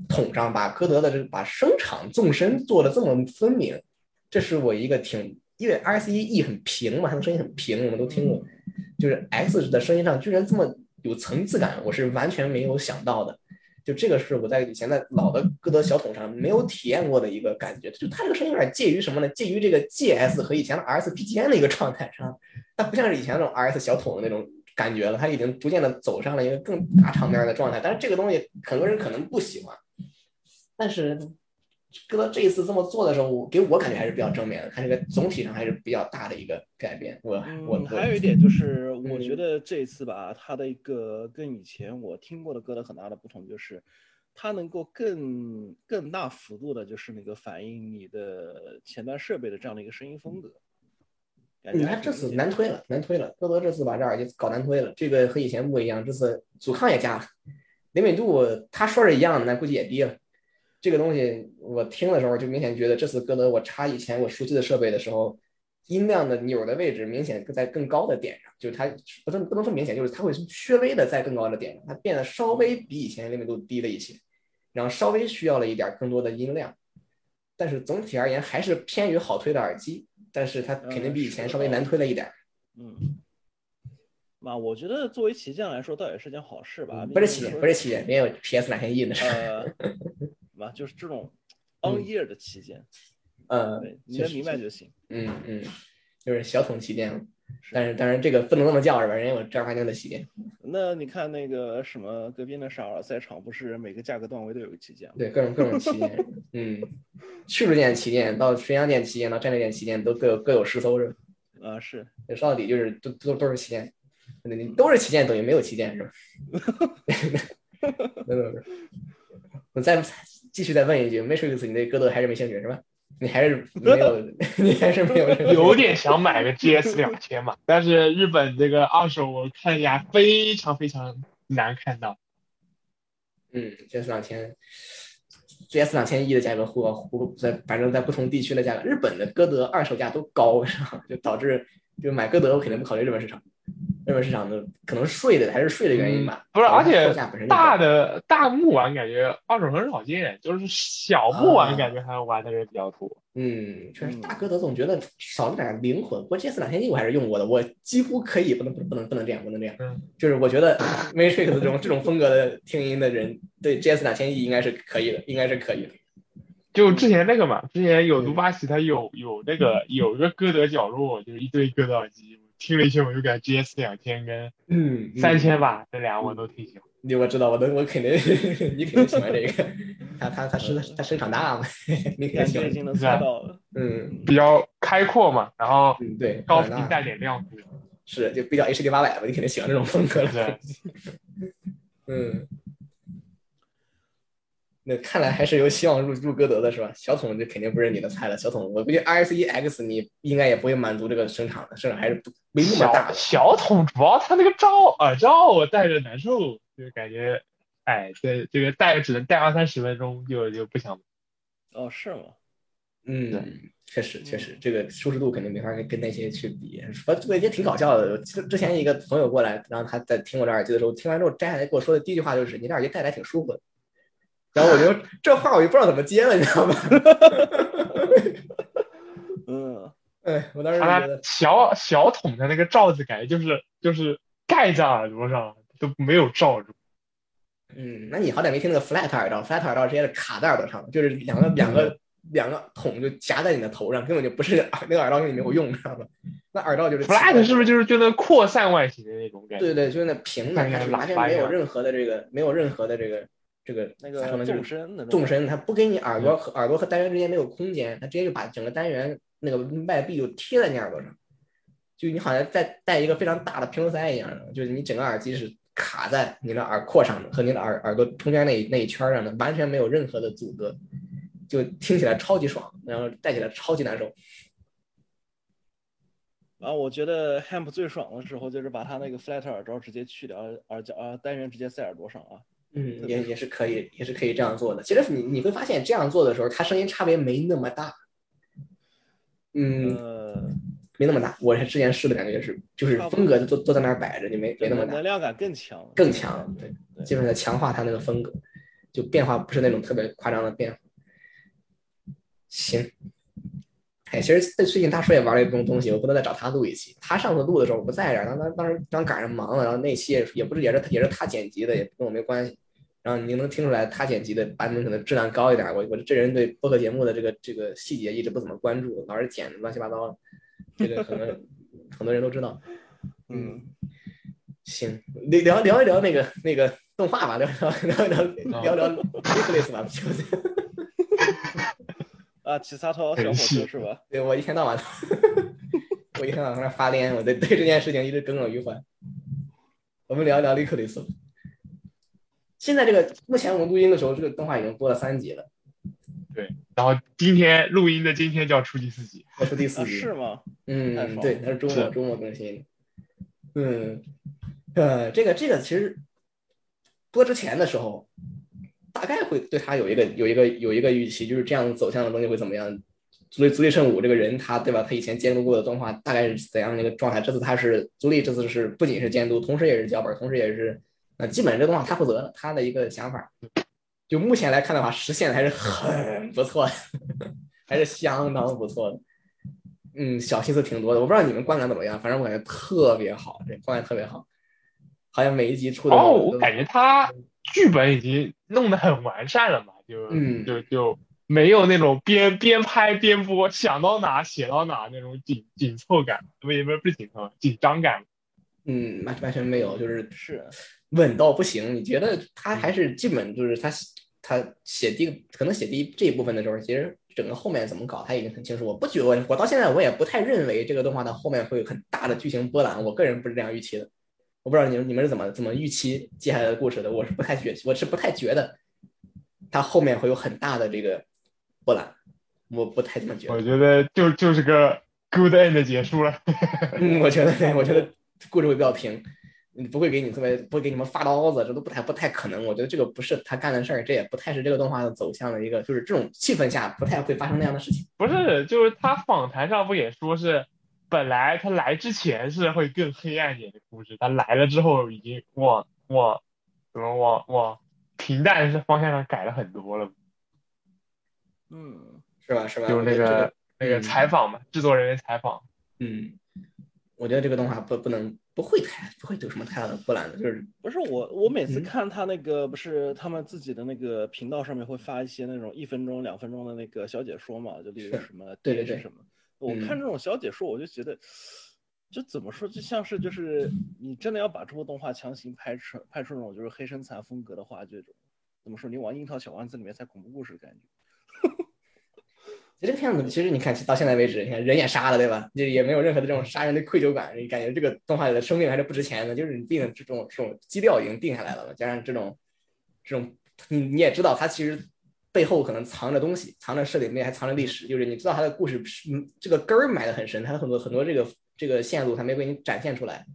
Speaker 3: 桶上把歌德的这把声场纵深做的这么分明，这是我一个挺因为 R C E 很平嘛，它的声音很平，我们都听过，就是 X 的声音上居然这么有层次感，我是完全没有想到的。就这个是我在以前在老的歌德小桶上没有体验过的一个感觉，就它这个声音有点介于什么呢？介于这个 GS 和以前的 RS PGM 的一个状态上，它不像是以前那种 RS 小桶的那种感觉了，它已经逐渐的走上了一个更大场面的状态。但是这个东西很多人可能不喜欢，但是歌德这一次这么做的时候，我给我感觉还是比较正面的，它这个总体上还是比较大的一个改变。我我
Speaker 4: 嗯，
Speaker 3: 我
Speaker 4: 还 有一点就是，我
Speaker 3: 嗯
Speaker 4: 觉得这一次吧，它的一个跟以前我听过的歌的很大的不同就是，它能够更更大幅度的，就是那个反映你的前端设备的这样的一个声音风格。感觉
Speaker 3: 嗯，
Speaker 4: 还
Speaker 3: 他嗯
Speaker 4: 挺
Speaker 3: 这
Speaker 4: 明
Speaker 3: 次
Speaker 4: 显
Speaker 3: 难
Speaker 4: 的
Speaker 3: 推了，难推了。歌德这次把这耳机搞难推了，这个和以前不一样，这次阻抗也加了，灵敏度他说是一样的，但估计也低了。这个东西我听的时候就明显觉得，这次歌德我插以前我熟悉的设备的时候，音量的钮儿的位置明显在更高的点上，就是它不能不能说明显，就是它会稍微的在更高的点上，它变得稍微比以前灵敏度低了一些，然后稍微需要了一点儿更多的音量，但是总体而言还是偏于好推的耳机，但嗯是它肯定比以前稍微难推了一点儿。
Speaker 4: 嗯，那我觉得作为旗舰来说，倒也是件好事吧。毕
Speaker 3: 嗯不是
Speaker 4: 竟
Speaker 3: 旗舰，
Speaker 4: 说
Speaker 3: 不是旗舰，没有 PS 两千亿的事儿。
Speaker 4: 呃，嘛，就是这种 on year 的旗舰，
Speaker 3: 嗯
Speaker 4: 对，你
Speaker 3: 确
Speaker 4: 能
Speaker 3: 实
Speaker 4: 明白就行。
Speaker 3: 嗯嗯，就是小桶旗舰，
Speaker 4: 是
Speaker 3: 但是当然这个不能这么叫是吧？人家有正儿八经的旗舰。
Speaker 4: 那你看那个什么隔壁那啥尔赛场，不是每个价格段位都有个旗舰吗？
Speaker 3: 对，各种各种旗舰， 嗯，去处舰旗舰到巡洋舰旗舰到战列舰旗舰都各有各有十艘是吧？
Speaker 4: 啊，是，
Speaker 3: 就说到底就是都都都是旗舰，那你都是旗舰等于没有旗舰是吧？ 那倒是。 我再继续再问一句，Matrix 你对哥德还是没兴趣是吧？你还是没有， 你还是 没有 这个
Speaker 5: 有点想买个 GS 两千嘛，但是日本这个二手我看了一下，非常非常难看到。
Speaker 3: 嗯，GS 两千，GS 两千一的价格或或在反正在不同地区的价格，日本的歌德二手价都高， 是吧？就导致就买歌德我肯定不考虑日本市场，日本市场的可能税的还是税的原因吧。
Speaker 5: 嗯不是，而且
Speaker 3: 售价本身就
Speaker 5: 大
Speaker 3: 高
Speaker 5: 的大木玩感觉二手很少见，就是小木
Speaker 3: 啊
Speaker 5: 玩感觉还玩的人比较多。
Speaker 3: 嗯，确实大歌德总觉得少了点灵魂。不过 GS 两千一我还是用过的，我几乎可以不能不能不能不能这样不能这样
Speaker 5: 嗯，
Speaker 3: 就是我觉得 Matrix 这种这种风格的听音的人对 GS 两千一应该是可以的，应该是可以的。
Speaker 5: 就之前那个嘛，之前有
Speaker 3: 嗯
Speaker 5: 卢巴奇，他有有那个有一个歌德角落，就是一堆歌德耳机，听了一圈我就感觉 GS 两千跟
Speaker 3: 嗯，嗯
Speaker 5: 三千吧，这俩我都挺喜欢。
Speaker 3: 你我知道，我能，我肯定，你肯定喜欢这 个。他他他是他声场大嘛，你肯定
Speaker 4: 感
Speaker 3: 喜
Speaker 4: 觉
Speaker 3: 欢
Speaker 4: 已。经能猜到了。
Speaker 3: 嗯
Speaker 5: 比较开阔嘛，然后
Speaker 3: 嗯，对，
Speaker 5: 高
Speaker 3: 声
Speaker 5: 频
Speaker 3: 场大
Speaker 5: 带点亮度，
Speaker 3: 是就比较 HD 八百吧，你肯定喜欢这种风格
Speaker 5: 对不
Speaker 3: 了。
Speaker 5: 对？
Speaker 3: 嗯，那看来还是有希望入入歌德的是吧？小桶就肯定不是你的菜了。小桶，我估计 RSEX 你应该也不会满足这个声场的，声场还是不没那么大
Speaker 5: 小。小桶主要它那个罩耳罩我戴着难受，就感觉，哎，这这个戴只能戴二三十分钟就就不想。
Speaker 4: 哦，是吗？
Speaker 5: 对
Speaker 3: 嗯，确实确实，这个舒适度肯定没法跟跟那些去比。不，这个也挺搞笑的。我之之前一个朋友过来，然后他在听我这耳机的时候，听完之后摘下来跟我说的第一句话就是：“你这耳机戴着还挺舒服的。”然后我就这话我就不知道怎么接了，你知道吗？
Speaker 4: 嗯，
Speaker 3: 哎，我当时就觉
Speaker 5: 它
Speaker 3: 得，
Speaker 5: 小小桶的那个罩子感觉就是就是盖在耳朵上都没有罩住，
Speaker 3: 嗯，那你好歹没听那个 flat 耳罩，flat 耳罩直接是卡在耳朵上的，就是两
Speaker 5: 嗯
Speaker 3: 个两个两个桶就夹在你的头上，根本就不是耳那个耳罩根本没有用，知道吗？那耳道就是
Speaker 5: flat 是不是就是就那扩散外形的那种感觉？
Speaker 3: 对对，就是那平的，
Speaker 5: 看起来
Speaker 3: 它是
Speaker 5: 喇
Speaker 3: 完全
Speaker 5: 叭一
Speaker 3: 没有
Speaker 5: 样
Speaker 3: 任何的这个，没有任何的这个这个
Speaker 4: 那
Speaker 3: 咋说
Speaker 4: 个
Speaker 3: 呢就
Speaker 4: 纵
Speaker 3: 是
Speaker 4: 深的那种
Speaker 3: 纵深，它不给你耳朵和耳朵和单元之间没有空间，它直接就把整个单元那个外壁就贴在你耳朵上，就你好像在戴一个非常大的平头塞一样的，就是你整个耳机是卡在你的耳廓上的和你的耳耳朵中间那一那一圈儿上的，完全没有任何的阻隔，就听起来超级爽，然后戴起来超级难受。
Speaker 4: 然后啊我觉得 Hemp 最爽的时候就是把它那个 flat 耳罩直接去掉，耳角啊单元直接塞耳朵上啊。
Speaker 3: 嗯，
Speaker 4: 对
Speaker 3: 也
Speaker 4: 对
Speaker 3: 也是可以，也是可以这样做的。其实你你会发现这样做的时候，它声音差别没那么大。嗯，
Speaker 4: 呃，
Speaker 3: 没那么大。我是之前试的感觉是，就是
Speaker 4: 差不多
Speaker 3: 风格就坐坐在那儿摆着，就没没
Speaker 4: 对
Speaker 3: 那么
Speaker 4: 能
Speaker 3: 大
Speaker 4: 能，量感更强，
Speaker 3: 更强。对，
Speaker 4: 对
Speaker 3: 基本上在强化它那个风格，就变化不是那种特别夸张的变化。行，哎，其实最最近大叔也玩了一种东西，我不能再找他录一期。他上次录的时候我不在这儿，当当当时当时赶上忙了，然后那期也是也不是也是也是他剪辑的，也跟我没关系。然后你能听出来，他剪辑的版本可能质量高一点。我我这人对播客节目的这个这个细节一直不怎么关注，老是剪乱七八糟的，这个可能 很多人都知道。
Speaker 4: 嗯，
Speaker 3: 行，聊聊聊一聊那个那个动画吧，聊聊聊一聊聊聊 Netflix 吧，就是
Speaker 4: 啊，奇萨托小
Speaker 5: 很
Speaker 4: 火
Speaker 5: 细
Speaker 4: 车是吧？啊
Speaker 3: 对我一天到晚， 我一天到晚在那发癫，我对对这件事情一直耿耿于怀。我们聊一聊 Netflix。现在这个目前我们录音的时候，这个动画已经播了三集了，
Speaker 5: 然后今天录音的今天就要出第四集，
Speaker 3: 要出第四
Speaker 4: 啊，
Speaker 3: 集。
Speaker 4: 是吗？太
Speaker 3: 嗯，
Speaker 4: 爽
Speaker 3: 对，
Speaker 4: 了
Speaker 3: 它是周末
Speaker 5: 是
Speaker 3: 周末更新。嗯，呃，这个这个其实播之前的时候，大概会对他有一个有一个有一个预期，就是这样走向的东西会怎么样。足力足力圣武这个人，他对吧？他以前监督过的动画大概是怎样的一个状态？这次他是足力，这次是不仅是监督，同时也是脚本，同时也是呃，基本上这动画他负责了，他的一个想法。就目前来看的话，实现的还是很不错的， 还是相当不错的。嗯，小心思挺多的，我不知道你们观感怎么样，反正我感觉特别好，这观感特别好，好像每一集出的
Speaker 5: 哦，
Speaker 3: 都
Speaker 5: 我感觉他剧本已经弄得很完善了嘛，就
Speaker 3: 嗯
Speaker 5: 就就没有那种边边拍边播，想到哪写到哪那种紧紧凑感，不也不是不是紧凑，紧张感。
Speaker 3: 嗯，完完全没有，就是
Speaker 4: 是，
Speaker 3: 稳到不行。你觉得他还是基本就是他他写第一可能写第一这一部分的时候，其实整个后面怎么搞他已经很清楚。我不觉我我到现在我也不太认为这个动画的后面会有很大的剧情波澜，我个人不是这样预期的。我不知道你们你们是怎么怎么预期接下来的故事的，我是不太觉我是不太觉得他后面会有很大的这个波澜，我不太这么觉得
Speaker 5: 我。觉得就就是个 good end 结束了。
Speaker 3: 嗯，我觉得，对，我觉得故事会比较平，嗯不会给你特别，不会给你们发刀子，这都不太不太可能。我觉得这个不是他干的事儿，这也不太是这个动画的走向的一个，就是这种气氛下不太会发生那样的事情。
Speaker 5: 不是，就是他访谈上不也说是，本来他来之前是会更黑暗一点的故事，他来了之后已经往往怎么往往平淡的方向上改了很多了，
Speaker 4: 嗯，
Speaker 3: 是吧？是吧？
Speaker 5: 就是
Speaker 3: 我
Speaker 5: 那
Speaker 3: 觉得这
Speaker 5: 个那个
Speaker 3: 嗯
Speaker 5: 采访嘛，制作人员采访，
Speaker 3: 嗯，我觉得这个动画不不能不会太不会有什么太大的波澜的，就是
Speaker 4: 不是我，我每次
Speaker 3: 嗯
Speaker 4: 看他那个不是他们自己的那个频道上面会发一些那种一分钟、两分钟的那个小解说嘛，就例如
Speaker 3: 是
Speaker 4: 什么
Speaker 3: 对
Speaker 4: DH
Speaker 3: 对对
Speaker 4: 什么，我
Speaker 3: 嗯
Speaker 4: 看这种小解说我就觉得。就怎么说，就像是就是你真的要把这部动画强行拍出拍出那种就是黑身材风格的话，这种怎么说，你往樱桃小丸子里面塞恐怖故事的感觉。
Speaker 3: 其实这个片子，其实你看到现在为止，你看人也杀了，对吧？就也没有任何的这
Speaker 5: 嗯
Speaker 3: 种杀人的愧疚感，你感觉这个动画里的生命还是不值钱的，就是你定的这种这种基调已经定下来了嘛，加上这种这种，你你也知道它其实背后可能藏着东西，藏着设定面，还藏着历史，就是你知道它的故事，嗯，这个根儿埋得很深，它有很多很多这个这个线路它没给你展现出来，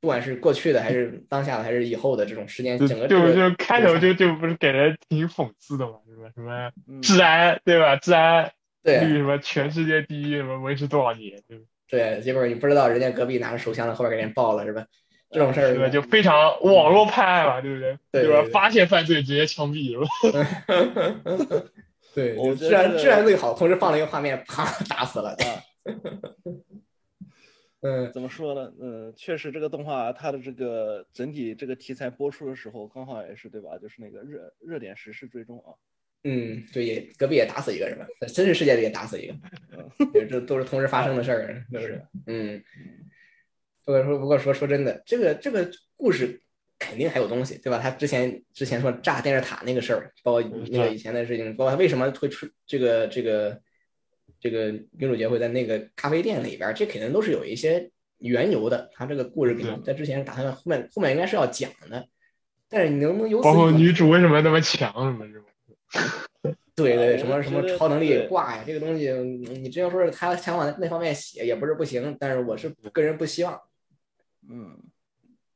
Speaker 3: 不管是过去的还是当下的还是以后的这种时间，
Speaker 5: 就
Speaker 3: 哎整个这
Speaker 5: 就
Speaker 3: 个
Speaker 5: 就开头就就不是给人挺讽刺的嘛，什么什么
Speaker 4: 嗯，
Speaker 5: 治安对吧？治安
Speaker 3: 对
Speaker 5: 率什么全世界第一，什么维持多少年，对吧？
Speaker 3: 对，结果你不知道人家隔壁拿着手枪的后边给人爆了是吧？这种事儿
Speaker 5: 对吧？就非常网络派嘛，对不对？
Speaker 3: 嗯对
Speaker 5: 吧
Speaker 3: 对对？
Speaker 5: 发现犯罪直接枪毙，是吧？
Speaker 3: 对，
Speaker 4: 我
Speaker 3: 就
Speaker 4: 觉
Speaker 3: 治安
Speaker 4: 得
Speaker 3: 治安最好，同时放了一个画面，啪打死了。
Speaker 4: 啊，
Speaker 3: 嗯，
Speaker 4: 怎么说呢？嗯，确实这个动画它的这个整体这个题材播出的时候，刚好也是对吧？就是那个热热点时事追踪啊，
Speaker 3: 嗯，对，也隔壁也打死一个人吧，在真实世界里也打死一个，
Speaker 5: 嗯
Speaker 3: 对这都是同时发生的事儿，都是。嗯，不过说不过说说真的，这个这个故事肯定还有东西，对吧？他之前之前说炸电视塔那个事儿，包括
Speaker 5: 嗯
Speaker 3: 那个以前的事情，包括他为什么会出这个这个这个女主角会在那个咖啡店里边儿，这肯定都是有一些缘由的。他这个故事肯定在之前是打算后面后面应该是要讲的，但是你能不能有
Speaker 5: 包括
Speaker 3: 所以
Speaker 5: 女主为什么那么强，什么什么，
Speaker 3: 对对，
Speaker 4: 啊
Speaker 3: 什
Speaker 4: 我
Speaker 3: 么什
Speaker 4: 觉
Speaker 3: 么
Speaker 4: 得
Speaker 3: 超能力
Speaker 4: 对
Speaker 3: 挂呀，这个东西，嗯你真要说是他想往那方面写，也不是不行，但是我是个人不希望。
Speaker 4: 嗯，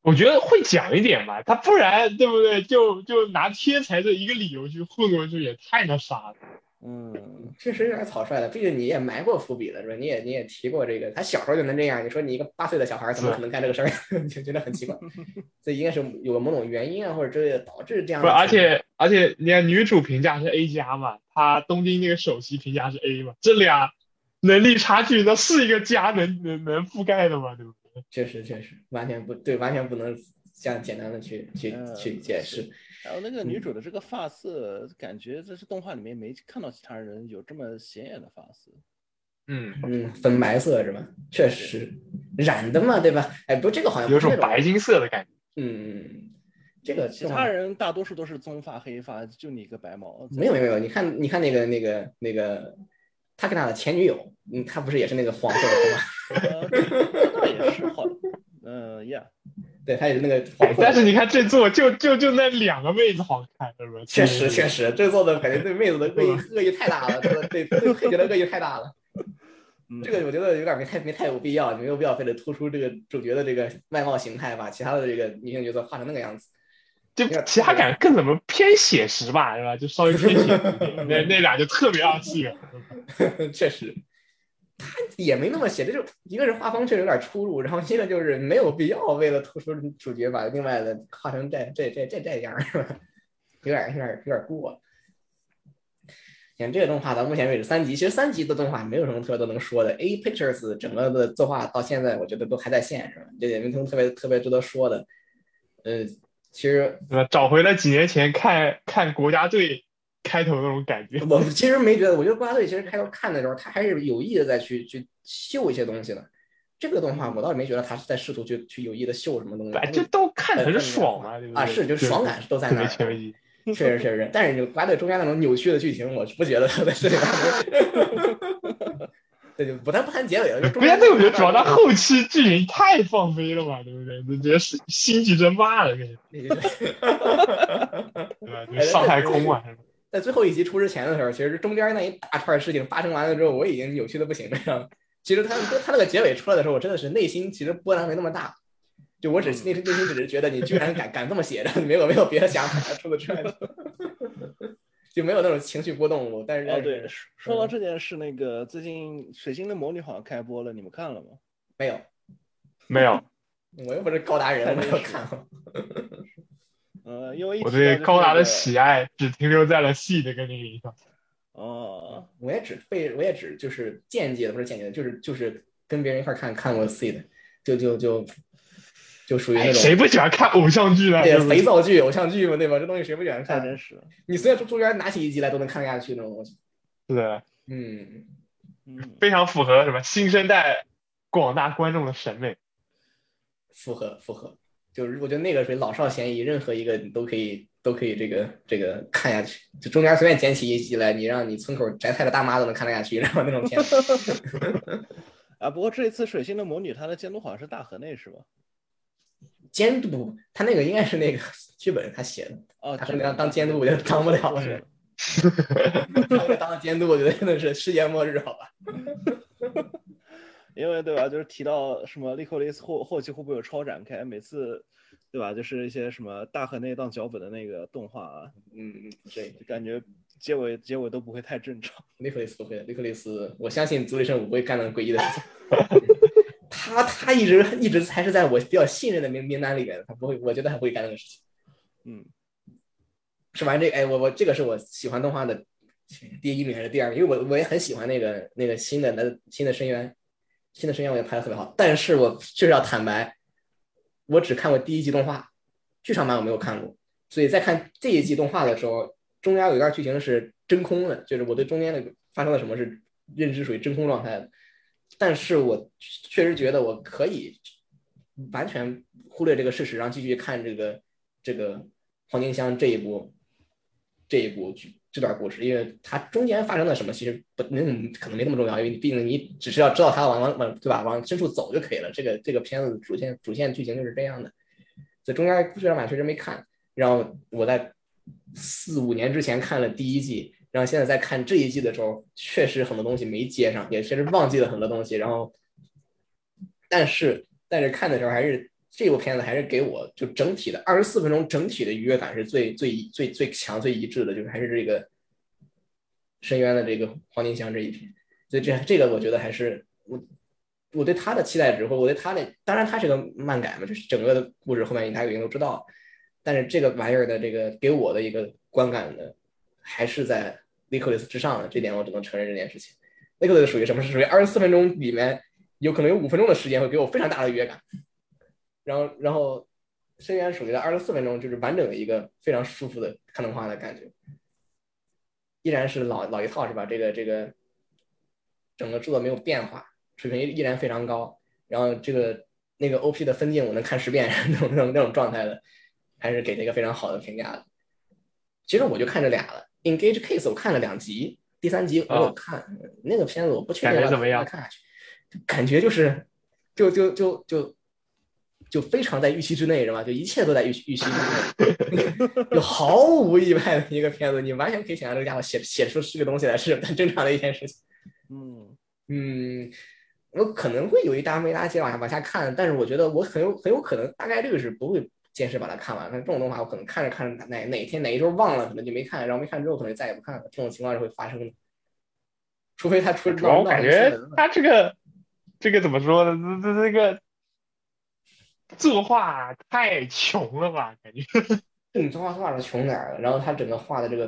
Speaker 5: 我觉得会讲一点吧，他不然对不对？就就拿天才的一个理由去混过去，也太那啥了。
Speaker 4: 嗯，
Speaker 3: 确实有点草率了，毕竟你也埋过伏笔了，是吧？你也你也提过这个，他小时候就能这样，你说你一个八岁的小孩儿怎么
Speaker 5: 是
Speaker 3: 可能干这个事儿， 就觉得很奇怪。 所以应该是有某种原因啊，或者这导致这样
Speaker 5: 不
Speaker 3: 的
Speaker 5: 是，
Speaker 3: 情况。
Speaker 5: 而且而且，你看女主评价是 A 加嘛，她东京那个首席评价是 A 嘛，这俩能力差距，那是一个加能能能覆盖的嘛，对不对？
Speaker 3: 确实确实完全不对，完全不能这样简单的去去
Speaker 4: 嗯
Speaker 3: 去解释。
Speaker 4: 还有那个
Speaker 3: 嗯
Speaker 4: 女主的这个发色，感觉这是动画里面没看到其他人有这么显眼的发色。
Speaker 5: 嗯，
Speaker 3: 嗯，粉白色是吧？确实染的嘛，对吧？哎，不，这个好像
Speaker 5: 有
Speaker 3: 不是
Speaker 5: 种
Speaker 3: 那
Speaker 5: 白金色的感觉。
Speaker 3: 嗯，这个
Speaker 4: 其他人大多数都是棕发黑发，就你一个白毛。
Speaker 3: 没有没有没有，你看你看那个那个那个他跟他的前女友，嗯，他不是也是那个黄色的头发？
Speaker 4: 呃，那也是好，嗯呀，
Speaker 3: 对，他也是那个黄色的。
Speaker 5: 哎但是你看这座，就就就那两个妹子好看，对不对？
Speaker 3: 确实确实，这做的感觉对妹子的恶意恶意太大了，真的对对配角的恶意太大了。
Speaker 4: 嗯
Speaker 3: 这个我觉得有点没太没太有必要，没有必要非得突出这个主角的这个外貌形态，把其他的这个女性角色画成那个样子。
Speaker 5: 就其他感觉更怎么偏写实吧，是吧？就稍微偏写实一 点，那那俩就特别二次元。
Speaker 3: 确实，他也没那么写，这就一个是画风确实有点出入，然后一个就是没有必要为了突出主角把另外的画成这这这这这样儿，是吧有点有点有点过了。你看这个动画到目前为止三集，其实三集的动画没有什么特别多能说的。A Pictures 整个的作画到现在，我觉得都还在线，是吧？这也没什么特别特别值得说的。呃，其实
Speaker 5: 对吧？找回了几年前看看国家队开头那种感 觉。
Speaker 3: 我其实没觉得，我觉得国家队其实开头看的时候，他还是有意的在去去秀一些东西的。这个动画我倒是没觉得他是在试图去去有意的秀什么东西，
Speaker 5: 本来
Speaker 3: 他就
Speaker 5: 就哎都看着很爽嘛，对不
Speaker 3: 嗯
Speaker 5: 对？
Speaker 3: 啊是就爽感都在那
Speaker 5: 特别
Speaker 3: 儿，
Speaker 5: 前卫一
Speaker 3: 确实确实。但是就国家队中间那种扭曲的剧情，我是不觉得他在这里边。 对，就不谈不谈结尾了，就中
Speaker 5: 不是，那我觉得主要他
Speaker 3: 的
Speaker 5: 后期剧情太放飞了嘛，对不对？就觉得是星际争霸了，对吧？就上太空
Speaker 3: 哎
Speaker 5: 嘛，是吧
Speaker 3: 在最后一集出之前的时候，其实中间那一大串事情发生完了之后，我已经扭曲的不行了。其实他他那个结尾出来的时候，我真的是内心其实波澜没那么大，就我只内心内心只是觉得你居然敢敢这么写，然 后你没有没有别的想法，除此之外的，就没有那种情绪波动。我但是
Speaker 4: 哦对，说说到
Speaker 3: 嗯
Speaker 4: 这件事，那个最近《水星的魔女》好像开播了，你们看了吗？
Speaker 3: 没有，
Speaker 5: 没 有，
Speaker 3: 我又不是高达人，我没有看过。
Speaker 4: 呃，因为一
Speaker 5: 我
Speaker 4: 提到
Speaker 5: 对
Speaker 4: 就是
Speaker 5: 高达
Speaker 4: 那
Speaker 5: 的
Speaker 4: 个
Speaker 5: 喜爱只停留在了 C 的跟那个上。
Speaker 4: 哦，
Speaker 3: 我也只被我也只就是间接的，不是间接的，就是就是跟别人一块儿看看过 C 的，就就就就属于那
Speaker 5: 哎，
Speaker 3: 种。
Speaker 5: 谁不喜欢看偶像剧呢？
Speaker 3: 对
Speaker 5: 对不
Speaker 3: 肥
Speaker 5: 对
Speaker 3: 皂剧、偶像剧嘛，对吧？这东西谁不喜欢
Speaker 4: 太
Speaker 3: 看？
Speaker 4: 真实了，
Speaker 3: 你随便中间拿起一集来都能看得下去那种东西。
Speaker 5: 是的，
Speaker 3: 嗯，
Speaker 4: 嗯，
Speaker 5: 非常符合什么新生代广大观众的审美。
Speaker 3: 符合符合，就是我觉得那个属于老少咸宜，任何一个你都可以都可以这个这个看下去，就中间随便捡起一集来，你让你村口摘菜的大妈都能看得下去，然后那种片子
Speaker 4: 啊，不过这一次《水星的魔女》它的监督好像是大河内是吧？
Speaker 3: 监督他那个应该是那个 剧本他写的，
Speaker 4: 哦，
Speaker 3: 他
Speaker 4: 这
Speaker 3: 说
Speaker 4: 个
Speaker 3: 当当监督我觉得当不了了，
Speaker 4: 是
Speaker 3: 他那个当监督我觉得真的是世界末日，好吧？
Speaker 4: 因为对吧，就是提到什么利寇雷斯后后期会不会有超展开，每次对吧，就是一些什么大河内当脚本的那个动画啊，
Speaker 3: 嗯，对，
Speaker 4: 就感觉结尾结尾都不会太正常。
Speaker 3: 尼克利斯不会的，尼克利斯，我相信足力圣母不会干那种诡异的事情。他他一直一直还是在我比较信任的名名单里面的，他不会，我觉得他不会干那个事情。
Speaker 4: 嗯，
Speaker 3: 是吧？这个哎，我我这个是我喜欢动画的第一名还是第二名？因为我我也很喜欢那个那个新的那新的深渊，新的深渊我也拍的特别好，但是我就是要坦白，我只看过第一季动画，剧场版我没有看过，所以在看这一季动画的时候，中间有一段剧情是真空的，就是我对中间那个发生了什么是认知属于真空状态的，但是我确实觉得我可以完全忽略这个事实，然后继续看这个这个黄金香这一部这一部剧这段故事，因为它中间发生了什么其实不嗯可能没那么重要，因为你毕竟你只是要知道它往往往对吧往深处走就可以了。这个这个片子主线主线剧情就是这样的，所以中间这两版确实没看，然后我在四五年之前看了第一季，然后现在在看这一季的时候，确实很多东西没接上，也确实忘记了很多东西。然后，但是但是看的时候还是这部片子还是给我就整体的二十四分钟整体的愉悦感是最最最最强最一致的，就是还是这个深渊的这个黄金箱这一篇。所以这这个我觉得还是我我对他的期待值，或者我对他的，当然他是个漫改嘛，就是整个的故事后面大家已经都知道了。但是这个玩意儿的这个给我的一个观感呢，还是在 Nicholas 之上的，这点我只能承认这件事情。Nicholas 属于什么？是属于二十四分钟里面有可能有五分钟的时间会给我非常大的愉悦感，然后然后深渊属于的二十四分钟就是完整的一个非常舒服的看动画的感觉，依然是老老一套是吧？这个这个整个制作没有变化，水平依然非常高，然后这个那个 OP 的分镜我能看十遍那种那种那种状态的。还是给了一个非常好的评价的。其实我就看这俩了，《Engage Case》我看了两集，第三集我有看，那个片子我不确定
Speaker 5: 感觉
Speaker 3: 要
Speaker 5: 怎么样
Speaker 3: 看下去，感觉就是就就就就就非常在预期之内，是吧？就一切都在预期预期之内， 就毫无意外的一个片子，你完全可以想象这个家伙写写出这个东西来是很正常的一件事情。
Speaker 4: 嗯，
Speaker 3: 嗯，我可能会有一搭没一搭接往下往下看，但是我觉得我很有很有可能大概率是不会坚持把它看完。但这种动画我可能看着看着哪哪天哪一周忘了，可能就没看，然后没看之后可能再也不看了。这种情况是会发生的，除非他出
Speaker 5: 主要
Speaker 3: 闹
Speaker 5: 我
Speaker 3: 闹出
Speaker 5: 感
Speaker 3: 新
Speaker 5: 觉
Speaker 3: 闻了
Speaker 5: 他这个这个怎么说呢？这这这个作画太穷了吧？感觉
Speaker 3: 这种动画画的穷点儿了，然后他整个画的这个，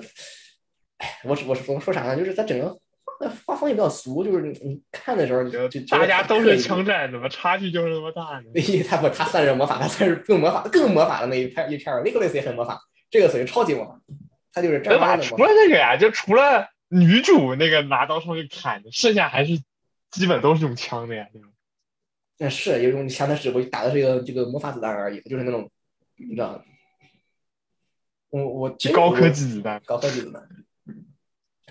Speaker 3: 哎，我我说说啥呢？就是他整个画的画风也比较俗，就是你你看的时候就就觉
Speaker 5: 大
Speaker 3: 得
Speaker 5: 家
Speaker 3: 很
Speaker 5: 都
Speaker 3: 刻
Speaker 5: 是
Speaker 3: 意
Speaker 5: 枪战，怎么差距就是那么大呢？
Speaker 3: 他不，他算是魔法，他算是更魔法、更魔法的那一片一片儿。Nicholas 也很魔法，这个属于超级魔法，他就是正
Speaker 5: 对
Speaker 3: 儿八
Speaker 5: 吧？
Speaker 3: 经的
Speaker 5: 除
Speaker 3: 魔
Speaker 5: 了
Speaker 3: 法。
Speaker 5: 这个呀、就除了女主那个拿刀上去砍的，剩下还是基本都是用枪的呀，对吧？
Speaker 3: 那是有一种枪，他只不过打的是一个这个魔法子弹而已，就是那种你知道，我我其实
Speaker 5: 高科
Speaker 3: 我
Speaker 5: 技子弹。
Speaker 3: 高科技子弹。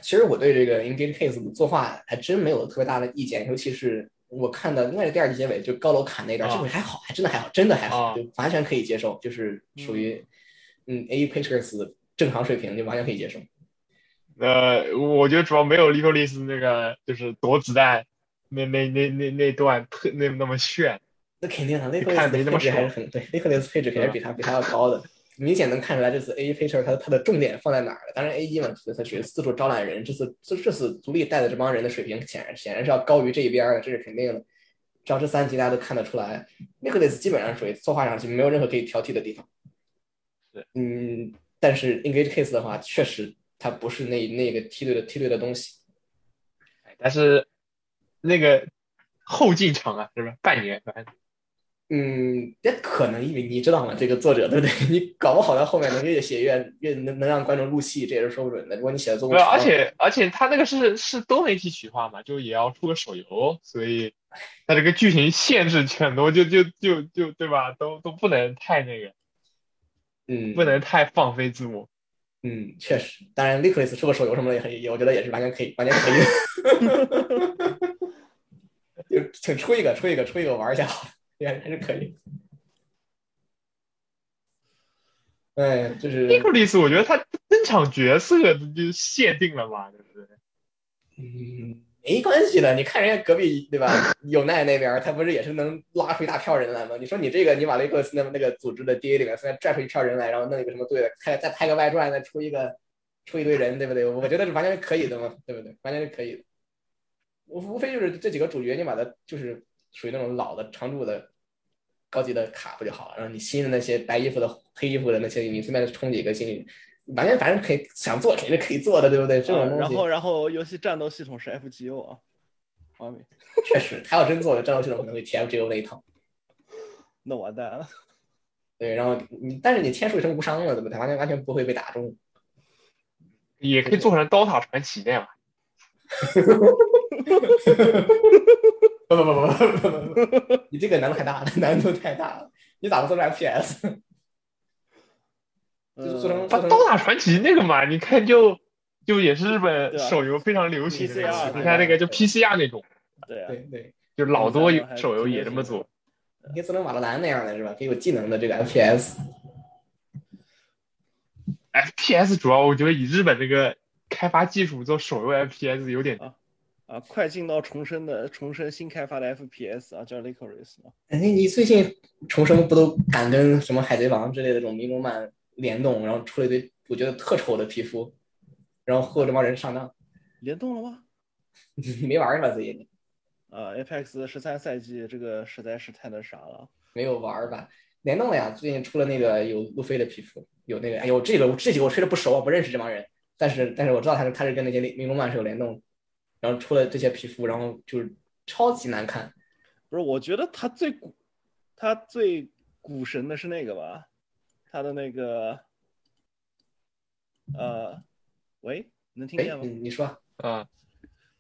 Speaker 3: 其实我对这个 Engage Case 的作画还真没有特别大的意见，尤其是我看到应该是第二集结尾，就高楼砍那段，
Speaker 5: 啊
Speaker 3: 这个还好，还真的还好，真的还好，
Speaker 5: 啊
Speaker 3: 就完全可以接受，就是属于嗯 A Pictures 正常水平，就完全可以接受。
Speaker 5: 呃，我觉得主要没有 l i c o l i s 那个就是躲子弹那那那那那段特那那么炫。
Speaker 3: 那肯定啊 n i
Speaker 5: 你
Speaker 3: c o l a
Speaker 5: 看
Speaker 3: s
Speaker 5: 没那
Speaker 3: 的配
Speaker 5: 么
Speaker 3: 置还是
Speaker 5: 爽嗯
Speaker 3: 很对 n i c o l a s 配置肯定比他比他要高的，明显能看出来这次 A 一 Picture 它它的重点放在哪儿了。当然 A 一嘛，它属于四处招揽人，这次这这次足力带的这帮人的水平显然显然是要高于这一边儿的，这是肯定的。只要这三集大家都看得出来 n i c o l a s 基本上属于作画上去没有任何可以挑剔的地方。
Speaker 5: 是，
Speaker 3: 嗯，但是 Engage Case 的话，确实它不是那那个梯队的梯队的东西。
Speaker 5: 但是那个后进场啊，是吧？半年，反正
Speaker 3: 嗯，也可能因为你知道吗？这个作者对不对？你搞不好到后面能越写越越能能让观众入戏，这也是说不准的。如果你写的足够
Speaker 5: 没有，
Speaker 3: 长，
Speaker 5: 啊而且而且他那个是是东媒体企划嘛，就也要出个手游，所以他这个剧情限制很多，就就就就对吧？都都不能太那个，
Speaker 3: 嗯
Speaker 5: 不能太放飞自我。
Speaker 3: 嗯，确实，当然 l i c o l i s 出个手游什么的也很，也我觉得也是完全可以，完全可以的。 就请出一个，出一个，出一个玩一下好了，也还是可以。哎，就是
Speaker 5: n i c o l a s 我觉得他登场角色就限定了嘛，对不对？
Speaker 3: 嗯，没关系的，你看人家隔壁对吧？ 有奈那边儿，他不是也是能拉出一大票人来吗？你说你这个，你把雷克斯那那个组织的 DA 里面，现在拽出一票人来，然后弄一个什么队的，开再拍个外传，再出一个出一堆人，对不对？我觉得是完全是可以的嘛，对不对？完全是可以的。无无非就是这几个主角，你把它就是属于那种老的常驻的高级的卡不就好了？然后你新的那些白衣服的、黑衣服的那些，你随便充几个进去，完全反正可以想做肯定是可以做的，对不对？这种
Speaker 4: 啊
Speaker 3: 东西。
Speaker 4: 然后然后游戏战斗系统是 FGO 啊，完美，
Speaker 3: 确实，他要真做了战斗系统，可能会 TFGO 那一套。
Speaker 4: 那完蛋了。
Speaker 3: 对，然后你，但是你天数一成无伤了，对不对？完全完全不会被打中。
Speaker 5: 也可以做成《刀塔传奇》那样。
Speaker 3: 不不不不不不不不， 你这个难度太大了，难度太大了，你咋不做成 FPS？就是做成
Speaker 4: 呃
Speaker 5: 它《刀塔传奇》那个嘛，你看就就也是日本
Speaker 4: 对啊
Speaker 5: 手游非常流行的那个
Speaker 4: PCR
Speaker 5: 你看那个就 PCR 那种，
Speaker 4: 对啊
Speaker 3: 对，对，
Speaker 5: 就老多
Speaker 4: 嗯
Speaker 5: 手游也这么做。
Speaker 3: 你可以做成瓦罗兰那样的是吧？给有技能的这个 FPS。
Speaker 5: FPS 主要我觉得以日本这个开发技术做手游 FPS 有点
Speaker 4: 啊，快进到重生的重生新开发的 FPS 啊，叫 Licorice 啊，
Speaker 3: 哎，你最近重生不都敢跟什么海贼王之类的这种迷宫漫联动，然后出了一堆我觉得特丑的皮肤，然后后这帮人上当，
Speaker 4: 联动了吗？
Speaker 3: 没玩儿吧？最近
Speaker 4: 啊，Apex 十三赛季这个实在是太那啥了，
Speaker 3: 没有玩儿吧？联动了呀，最近出了那个有路飞的皮肤，有那个哎呦这个这几个我吹的不熟啊，不认识这帮人，但是但是我知道他是他是跟那些迷宫漫是有联动的，然后出了这些皮肤，然后就是超级难看。
Speaker 4: 不是？我觉得他最古，他最股神的是那个吧，他的那个，呃，喂，能听
Speaker 3: 哎
Speaker 4: 见，吗
Speaker 3: 你？你说，
Speaker 5: 啊，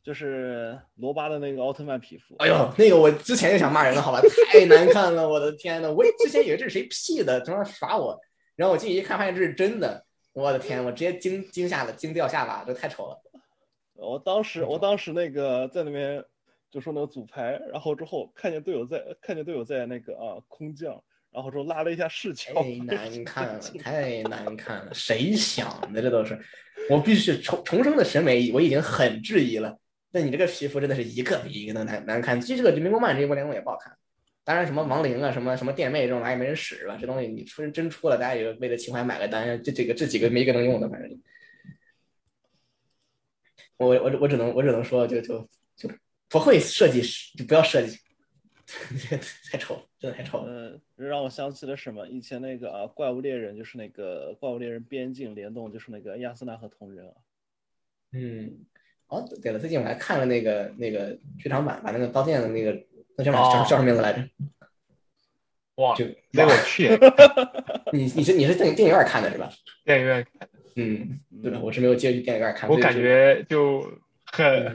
Speaker 4: 就是罗巴的那个奥特曼皮肤，
Speaker 3: 哎呦，那个我之前就想骂人了，好吧，太难看了，我的天呐，我也之前以为这是谁 P 的，他妈耍我，然后我进去一看，发现这是真的，我的天，我直接惊惊吓的惊掉下巴，这太丑了。
Speaker 4: 呃我当时我当时那个在那边就说那个组排，然后之后看见队友在看见队友在那个啊空降，然后之后拉了一下视角，
Speaker 3: 太 难看了，太难看了，谁想的？这都是，我必须重重生的审美，我已经很质疑了。但你这个皮肤真的是一个比一个的难难看，其实这个《民工漫》这一波联动也不好看。当然，什么亡灵啊，什么什么电妹这种玩意儿没人使是吧？这东西你出真出了，大家也为了情怀买个单，这这个这几个没一个能用的，反正。我我我只能我只能说，就就就不会设计师就不要设计， 太丑了，真的太丑了。
Speaker 4: 嗯，让我想起了什么？以前那个啊，怪物猎人就是那个怪物猎人边境联动，就是那个亚斯纳和同人啊。
Speaker 3: 嗯，哦，对了，最近我还看了那个那个剧场版，把那个刀剑的那个那叫什么
Speaker 5: 哦
Speaker 3: 叫叫什么名字来着？
Speaker 5: 哇，
Speaker 3: 就
Speaker 5: 那我去也
Speaker 3: 你你是你是电电影院看的是吧？
Speaker 5: 电影院，
Speaker 3: 嗯，对吧？
Speaker 4: 嗯
Speaker 3: 我是没有接去电影院看，
Speaker 5: 我
Speaker 3: 所以
Speaker 5: 感
Speaker 3: 就
Speaker 5: 觉就很，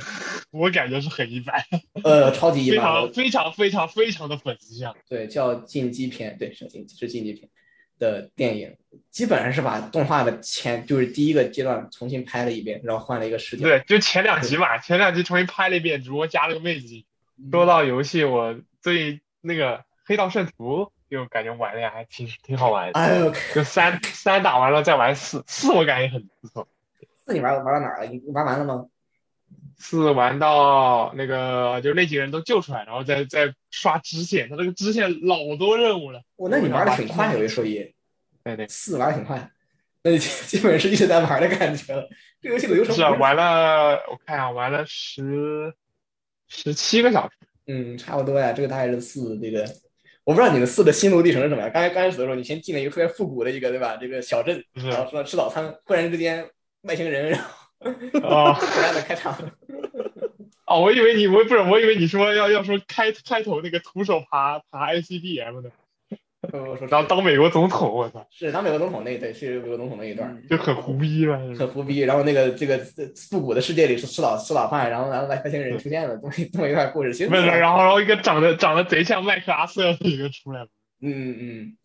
Speaker 5: 我感觉是很一般，
Speaker 3: 呃超级一
Speaker 5: 非
Speaker 3: 般了
Speaker 5: 常。非常非常非常的粉丝向。
Speaker 3: 对，叫禁忌片，对，是禁是禁忌片的电影，基本上是把动画的前就是第一个阶段重新拍了一遍，然后换了一个视角。
Speaker 5: 对，就前两集嘛，前两集重新拍了一遍，只不过加了个妹子。
Speaker 3: 嗯
Speaker 5: 说到游戏，我最那个《黑道圣徒》就感觉玩的呀，还挺挺好玩的。
Speaker 3: 哎呦，
Speaker 5: 就三三打完了再玩四，四我感觉很不错。
Speaker 3: 那你玩玩到哪儿了？你玩完了吗？
Speaker 5: 四玩到那个就那几个人都救出来，然后再再刷支线，他这个支线老多任务了。
Speaker 3: 我、那你玩的挺快，有一说一，
Speaker 5: 对对，
Speaker 3: 四玩的挺快，那你基基本是一直在玩的感觉了。这游戏的流程
Speaker 5: 是啊，
Speaker 3: 不
Speaker 5: 玩了我看一下，玩了十十七个小时。
Speaker 3: 嗯，差不多呀，这个大概是四这个，我不知道你的四的心路历程是什么呀。刚才刚开始的时候，你先进了一个特别复古的一个，对吧？这个小镇，
Speaker 5: 是
Speaker 3: 然后说吃早餐，忽然之间外星人，然后
Speaker 5: 哦
Speaker 3: 突然的开场，
Speaker 5: 哦，我以为你我不是，我以为你说要要说开开头那个徒手爬爬 ICBM 的，
Speaker 3: 我说
Speaker 5: 然后当美国总统，我操，
Speaker 3: 是当美国总统那对，是美国总统那一段，
Speaker 4: 嗯
Speaker 5: 就很胡逼嘛。是吧
Speaker 3: 很伏笔。然后那个这个复古的世界里是吃早吃早饭，然后然后外外星人出现了，这么一这么一段故事，其实
Speaker 5: 不是，然后然后一个长得长得贼像麦克阿瑟的一个出来了。
Speaker 3: 嗯嗯，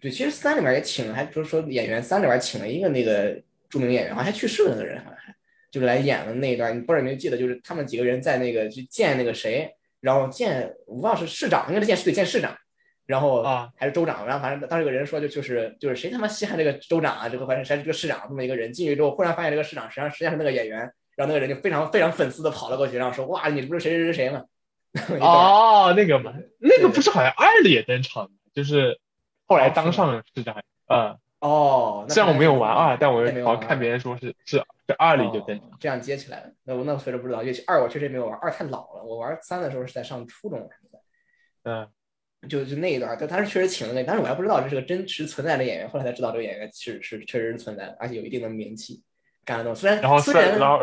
Speaker 3: 对，其实三里面也请了，还就是说演员三里面请了一个那个著名演员，好像还去世了那个人，好像还就是来演了那一段，你不知道有没有记得，就是他们几个人在那个去见那个谁，然后见我忘了是市长，应该是见对见市长，然后
Speaker 5: 啊
Speaker 3: 还是州长，然后反正当时有个人说就就是就是谁他妈稀罕这个州长啊，这个反正谁这个市长这么一个人进去之后，忽然发现这个市长实际上实际上是那个演员，然后那个人就非常非常粉丝的跑了过去，然后说哇你不是谁谁谁谁吗？
Speaker 5: 哦，那个嘛，那个不是好像二里也登场，就是后来当上市长。嗯，
Speaker 3: 哦，那
Speaker 5: 虽然我没有
Speaker 3: 看来
Speaker 5: 玩二，但我
Speaker 3: 那没有
Speaker 5: 好
Speaker 3: 玩啊
Speaker 5: 像看别人说是是是二里就登场。
Speaker 3: 哦这样接起来了。那我那我确实不知道，因为二我确实没有玩，二太老了。我玩三的时候是在上初中还是在，
Speaker 5: 嗯，
Speaker 3: 就就那一段，但当时确实请了那，当时我还不知道这是个真实存在的演员，后来才知道这个演员是是确实是存在的，而且有一定的名气。干了东西，虽然
Speaker 5: 然后
Speaker 3: 虽
Speaker 5: 是
Speaker 3: 然
Speaker 5: 然后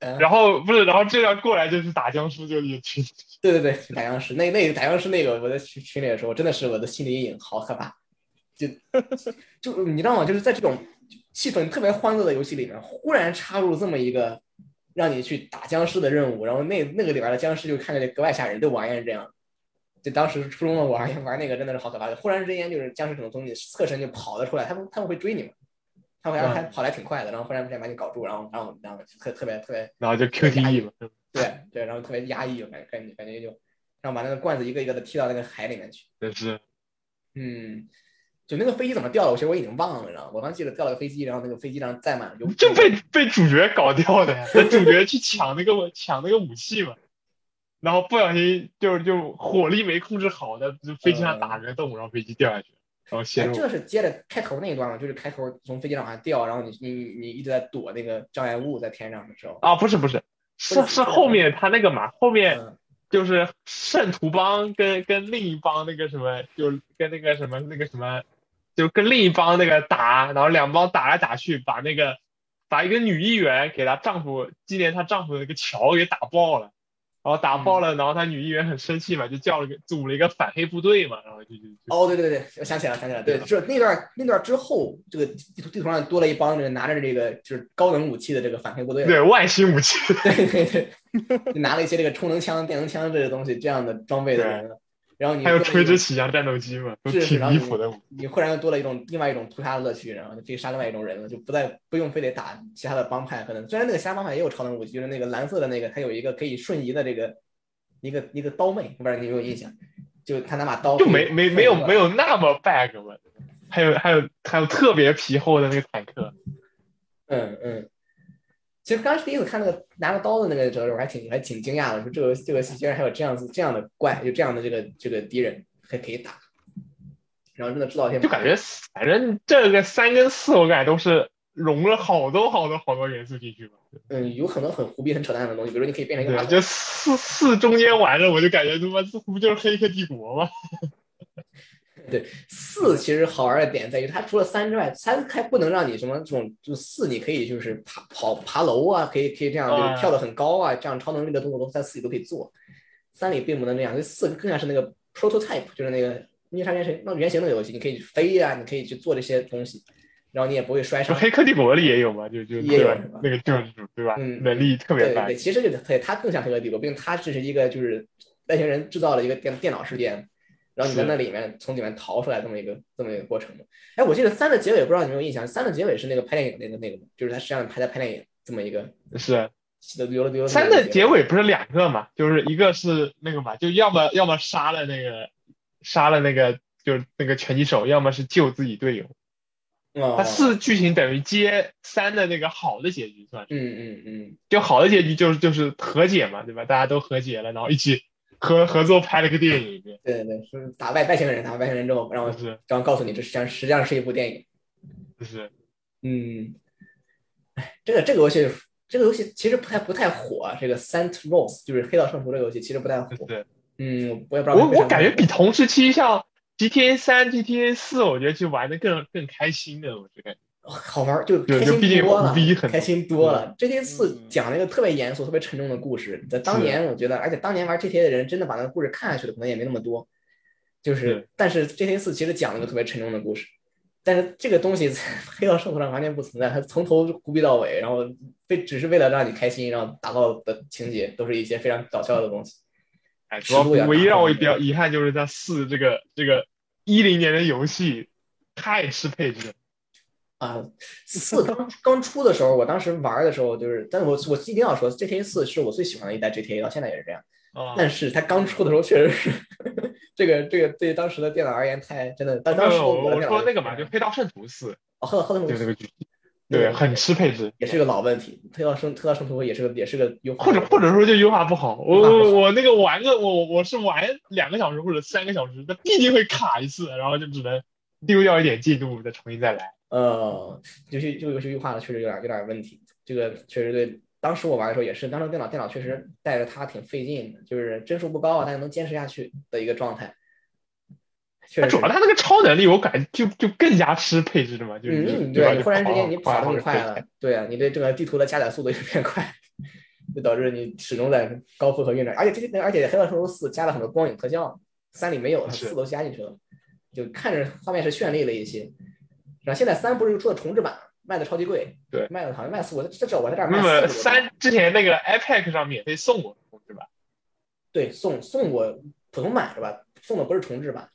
Speaker 3: 嗯
Speaker 5: 然后不是，然后这段过来就是打僵尸就也去。
Speaker 3: 对对对，打僵尸那那打僵尸那个，我在群群里的时候，真的是我的心理阴影，好可怕。就就你知道吗？就是在这种气氛特别欢乐的游戏里面，忽然插入这么一个让你去打僵尸的任务，然后那那个里边的僵尸就看着格外吓人，对我而言是这样。就当时初中的我而言玩那个真的是好可怕的，忽然之间就是僵尸可能从你侧身就跑了出来，他们他们会追你嘛，他们还还跑来挺快的，然后忽然之间把你搞住，然后然后然后特特别特别
Speaker 5: 然后就 QTE 嘛，
Speaker 3: 对 对，然后特别压抑，感觉感觉感觉就然后把那个罐子一个一个的踢到那个海里面去。
Speaker 5: 真是
Speaker 3: 嗯，就那个飞机怎么掉了，其实我已经忘了，你知道吗？我当时记得掉了个飞机，然后那个飞机上载满了油。
Speaker 5: 就被被主角搞掉的呀，那主角去抢那个 抢那个武器嘛，然后不小心就就火力没控制好，那就飞机上打了个洞，然后飞机掉下去，然后
Speaker 3: 哎，
Speaker 5: 陷
Speaker 3: 这
Speaker 5: 入
Speaker 3: 个是接着开头那一段嘛，就是开头从飞机上往下掉，然后你你你一直在躲那个障碍物在天上的时候。
Speaker 5: 啊，不是不是，是是后面他那个嘛，后面
Speaker 3: 嗯，
Speaker 5: 就是圣徒帮跟跟另一帮那个什么，就跟那个什么那个什么，就跟另一帮那个打，然后两帮打来打去，把那个把一个女议员给她丈夫纪念她丈夫的那个桥给打爆了，然后打爆
Speaker 3: 嗯
Speaker 5: 了，然后她女议员很生气嘛，就叫了个组了一个反黑部队嘛，然后就就就
Speaker 3: 哦，对对对，我想起来了，想起来了，对，就是那段那段之后，这个地图地图上多了一帮这个拿着这个就是高能武器的这个反黑部队，
Speaker 5: 对外星武器，
Speaker 3: 对对 对，就拿了一些这个充能枪、电能枪这些东西这样的装备的人，然后你
Speaker 5: 还有
Speaker 3: 多了一
Speaker 5: 垂
Speaker 3: 个
Speaker 5: 直起降战斗机嘛，都
Speaker 3: 是
Speaker 5: 挺
Speaker 3: 然后
Speaker 5: 离
Speaker 3: 你
Speaker 5: 谱的武器。
Speaker 3: 你忽然又多了一种另外一种屠杀的乐趣，然后就可以杀另外一种人了，就不再不用非得打其他的帮派。可能虽然那个其他帮派也有超能武器，就是那个蓝色的那个，它有一个可以瞬移的这个一个一个刀妹，不知道你有没有印象？就他拿把刀
Speaker 5: 就没没没有没
Speaker 3: 有
Speaker 5: 有那么 bag 嘛，还有还有还有特别皮厚的那个坦克，
Speaker 3: 嗯嗯。其实刚开始第一次看那个拿着刀的那个时候，我还挺还挺惊讶的，说这个这个游戏居然还有这样子这样的怪，就这样的这个这个敌人还可以打，然后真的知道一些
Speaker 5: 就感觉反正这个三跟四我感觉都是融了好多好多好多元素进去嘛。
Speaker 3: 嗯有很多很胡逼很扯淡的东西，比如说你可以变成一个马
Speaker 5: 对，
Speaker 3: 桶
Speaker 5: 就四四中间玩着我就感觉他妈这不就是黑客帝国吗？
Speaker 3: 四其实好玩的点在于，它除了三之外，三还不能让你什么这种，就四你可以就是爬跑爬楼啊，可以可以这样
Speaker 5: 啊
Speaker 3: 就是跳得很高啊，这样超能力的动作都在四里都可以做。三里并不能这样，所以四更像是那个 prototype，就是那个虐杀原型那原型的游戏，你可以飞呀、你可以去做这些东西，然后你也不会摔
Speaker 5: 就
Speaker 3: 伤。
Speaker 5: 黑客帝国里也有嘛，就就
Speaker 3: 也有
Speaker 5: 对吧
Speaker 3: 是吧
Speaker 5: 那个救世主对吧？
Speaker 3: 嗯
Speaker 5: 能力特别
Speaker 3: 对
Speaker 5: 大
Speaker 3: 对，，其实就是对它更像黑客帝国，毕竟它只是一个就是外星人制造了一个电电脑世界，然后你在
Speaker 5: 是
Speaker 3: 那里面从里面逃出来这么一个这么一个过程嘛。哎，我记得三的结尾不知道你有没有印象，三的结尾是那个拍电影那个那个，就是他实际上拍在拍电影这么一个
Speaker 5: 是
Speaker 3: 留了留了
Speaker 5: 三的结
Speaker 3: 尾，
Speaker 5: 尾不是两个嘛，就是一个是那个嘛，就要么要么杀了那个杀了那个就是那个拳击手，要么是救自己队友。
Speaker 3: 哦
Speaker 5: 它四剧情等于接三的那个好的结局算是，
Speaker 3: 嗯嗯嗯，
Speaker 5: 就好的结局就是就是和解嘛，对吧？大家都和解了，然后一起合合作拍了个电影，对
Speaker 3: 对对对，是打外外星人，打外星人之后，然后
Speaker 5: 就是
Speaker 3: 然后告诉你这实际上实际上是一部电影。
Speaker 5: 就是
Speaker 3: 嗯，哎，这个这个游戏，这个游戏其实不太不太火。啊这个 Saint Rose 就是黑道圣徒这个游戏，其实不太火。
Speaker 5: 就是，
Speaker 3: 嗯，我也不知道为
Speaker 5: 我
Speaker 3: 什么。
Speaker 5: 我感觉比同时期像 GTA 三、GTA 四，我觉得去玩的更更开心的，我觉得
Speaker 3: 好玩儿，就
Speaker 5: 对
Speaker 3: 开
Speaker 5: 就
Speaker 3: 心
Speaker 5: 毕竟
Speaker 3: 多了
Speaker 5: 无比，很
Speaker 3: 开
Speaker 5: 多
Speaker 3: 心多了。GTA 四讲了一个特别严肃、特别沉重的故事，在当年我觉得，而且当年玩 GTA 的人真的把那个故事看下去的可能也没那么多。就是
Speaker 5: 是，
Speaker 3: 但是 GTA 四其实讲了一个特别沉重的故事，但是这个东西在 黑道圣徒上完全不存在，它从头胡逼到尾，然后被只是为了让你开心，然后打造的情节都是一些非常搞笑的东西。
Speaker 5: 哎，主
Speaker 3: 尺
Speaker 5: 要
Speaker 3: 度也
Speaker 5: 唯一
Speaker 3: 大
Speaker 5: 让我
Speaker 3: 对
Speaker 5: 比较遗憾就是它四这个这个一零年的游戏太吃配置了，
Speaker 3: 啊，四刚刚出的时候，我当时玩的时候就是，但是我我一定要说，GTA 四是我最喜欢的一代 GTA，到现在也是这样。
Speaker 5: 啊、
Speaker 3: 但是它刚出的时候，确实是这个这个对当时的电脑而言太真的，但当时
Speaker 5: 呃我
Speaker 3: 的
Speaker 5: 我
Speaker 3: 电脑
Speaker 5: 说那个嘛，就《黑道圣徒四》，
Speaker 3: 哦赫赫
Speaker 5: 就是那
Speaker 3: 登
Speaker 5: 个剧情，对，很吃配置。
Speaker 3: 也是个老问题，特效生特效生图也是个也是个优化
Speaker 5: 或者或者说就优化不好，我
Speaker 3: 优化不好
Speaker 5: 我我那个玩个我我是玩两个小时或者三个小时，它必定会卡一次，然后就只能丢掉一点进度，再重新再来。
Speaker 3: 呃，就是这个游戏优化的确实有点有点问题，这个确实对。当时我玩的时候也是，当时电脑电脑确实带着它挺费劲的，就是帧数不高啊，但是能坚持下去的一个状态。确
Speaker 5: 它
Speaker 3: 实是
Speaker 5: 主要它那个超能力，我感觉就就更加吃配置的嘛，就是
Speaker 3: 嗯，对
Speaker 5: 对吧？
Speaker 3: 啊，你
Speaker 5: 就
Speaker 3: 忽然之间你
Speaker 5: 跑
Speaker 3: 跑
Speaker 5: 啊
Speaker 3: 得
Speaker 5: 跑
Speaker 3: 更
Speaker 5: 啊
Speaker 3: 快了，对啊，你对这个地图的加载速度也变快，就导致你始终在高负荷运转。而且这个，而且《黑道圣徒四》加了很多光影特效，三里没有，
Speaker 5: 是
Speaker 3: 四都加进去了，就看着画面是绚丽了一些。然后现在三不是出了重置版，卖的超级贵，
Speaker 5: 对
Speaker 3: 卖的好像卖四五，这这我在这儿卖
Speaker 5: 那
Speaker 3: 四五
Speaker 5: 么
Speaker 3: 个
Speaker 5: 三之前那个 iPad 上免费送过是吧？
Speaker 3: 对送送我普通版是吧？送的不是重制版，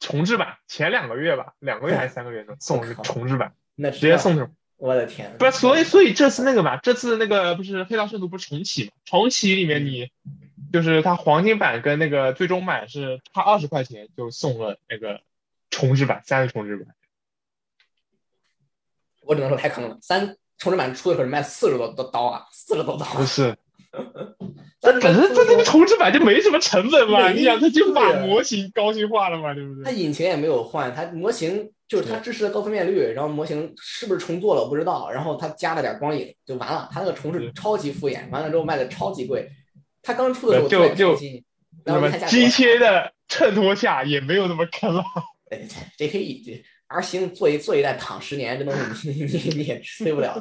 Speaker 5: 重制版前两个月吧，两个月还是三个月呢，送
Speaker 3: 我靠啊
Speaker 5: 重制版，
Speaker 3: 那
Speaker 5: 直
Speaker 3: 直
Speaker 5: 接送这种。
Speaker 3: 我的天，
Speaker 5: 不是，所以所以这次那个嘛，这次那个不是《黑道圣徒》不是重启嘛？重启里面你就是它黄金版跟那个最终版是差二十块钱就送了那个重制版，三个重制版。
Speaker 3: 我只能说太坑了。三重制版出的时候卖四十多多刀啊，四十多刀啊，
Speaker 5: 不是，
Speaker 3: 本
Speaker 5: 本身这这个重制版就没什么成本嘛，
Speaker 3: 没啊
Speaker 5: 你想它就把
Speaker 3: 对
Speaker 5: 模型高清化了嘛，对不
Speaker 3: 它
Speaker 5: 对？
Speaker 3: 引擎也没有换，它模型就是它支持的高分辨率，然后模型是不是重做了我不知道，然后它加了点光影就完了，它那个重置
Speaker 5: 对
Speaker 3: 超级敷衍，完了之后卖的超级贵。它刚出的时候我特
Speaker 5: 呃就
Speaker 3: 别
Speaker 5: 就
Speaker 3: 开心，然
Speaker 5: 那
Speaker 3: 后
Speaker 5: 么
Speaker 3: 一看价格
Speaker 5: GTA 的衬托下也没有那么坑了。
Speaker 3: 哎这可以这 R 星做一做一代躺十年，这东西你 你你也吹不了。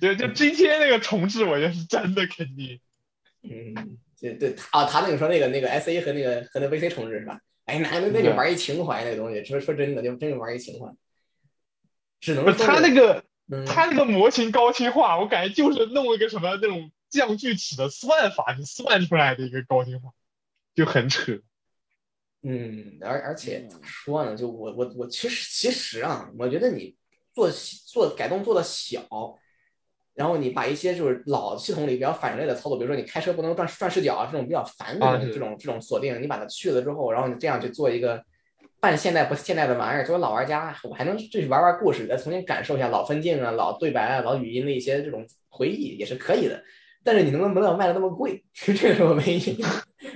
Speaker 5: 对，就 GTA 那个重置，我觉得是真的肯定。
Speaker 3: 嗯，对对啊，他那个说那个那个 S A 和那个和那 V C 重置是吧？哎，那那那就
Speaker 5: 对
Speaker 3: 玩一情怀那个东西，说说真的就真是玩一情怀，只能
Speaker 5: 不
Speaker 3: 说
Speaker 5: 是他
Speaker 3: 这
Speaker 5: 那个
Speaker 3: 嗯
Speaker 5: 他那个模型高清化，我感觉就是弄了个什么那种降锯齿的算法，你算出来的一个高清化，就很扯。
Speaker 3: 嗯，而而且咋
Speaker 4: 嗯
Speaker 3: 说呢？就我我我其实其实啊，我觉得你做细做改动做的小，然后你把一些就是老系统里比较反人类的操作，比如说你开车不能转转视角啊，这种比较烦的
Speaker 5: 啊
Speaker 3: 这种
Speaker 5: 是
Speaker 3: 这种这种锁定，你把它去了之后，然后你这样去做一个半现代不现代的玩意儿，作为老玩家，我还能去玩玩故事，再重新感受一下老分镜啊、老对白啊、老语音的一些这种回忆也是可以的。但是你能不能卖的那么贵？ 这是我唯一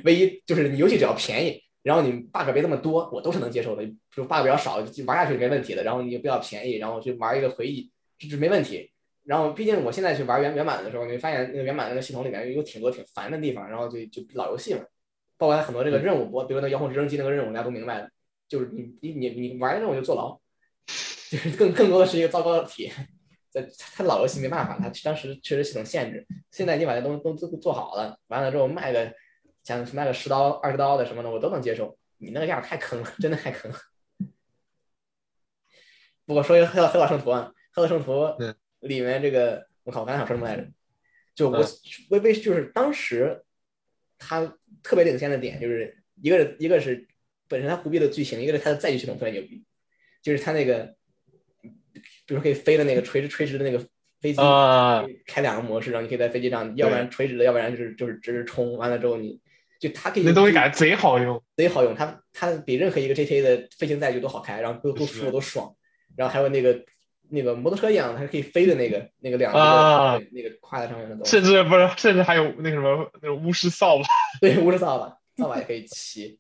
Speaker 3: 唯一就是你游戏只要便宜，然后你 bug 别那么多，我都是能接受的。就 bug 比较少，就玩下去没问题的。然后你也不要便宜，然后去玩一个回忆，这这没问题。然后毕竟我现在去玩原原版的时候，你会发现那个原版那个系统里面有挺多挺烦的地方，然后就就老游戏嘛，包括它很多这个任务，我比如那个遥控直升机那个任务，大家都明白了，就是你你你你玩任务就坐牢，就是更更多的是一个糟糕的体验。在它它老游戏没办法，它当时确实系统限制，现在你把这东西都都做好了，完了之后卖个想卖个十刀二十刀的什么的，我都能接受。你那个价儿太坑了，真的太坑了。不过说一个黑老黑老圣徒啊，黑老圣徒
Speaker 5: 嗯
Speaker 3: 里面这个，我靠，我刚才想说什么来着？就我
Speaker 5: 嗯
Speaker 3: 微微就是当时他特别领先的点，就是一个是一个是本身他胡逼的剧情，一个是他的载具系统特别牛逼，就是他那个，比如说可以飞的那个垂直垂直的那个飞机，
Speaker 5: 呃，
Speaker 3: 开两个模式，然后你可以在飞机上，要不然垂直的，要不然就是就是直着冲。完了之后你，就它可以
Speaker 5: 那东西感觉贼好用。
Speaker 3: 贼好用，它它比任何一个 GTA 的飞行载具都好开，然后都都
Speaker 5: 是
Speaker 3: 舒服都爽。然后还有那个那个摩托车一样，它可以飞的那个那个两个、
Speaker 5: 啊
Speaker 3: 那个挎在上面的东西，
Speaker 5: 甚至不是，甚至还有那个什么那种巫师扫 把，
Speaker 3: 对，无是扫把，扫把也可以骑。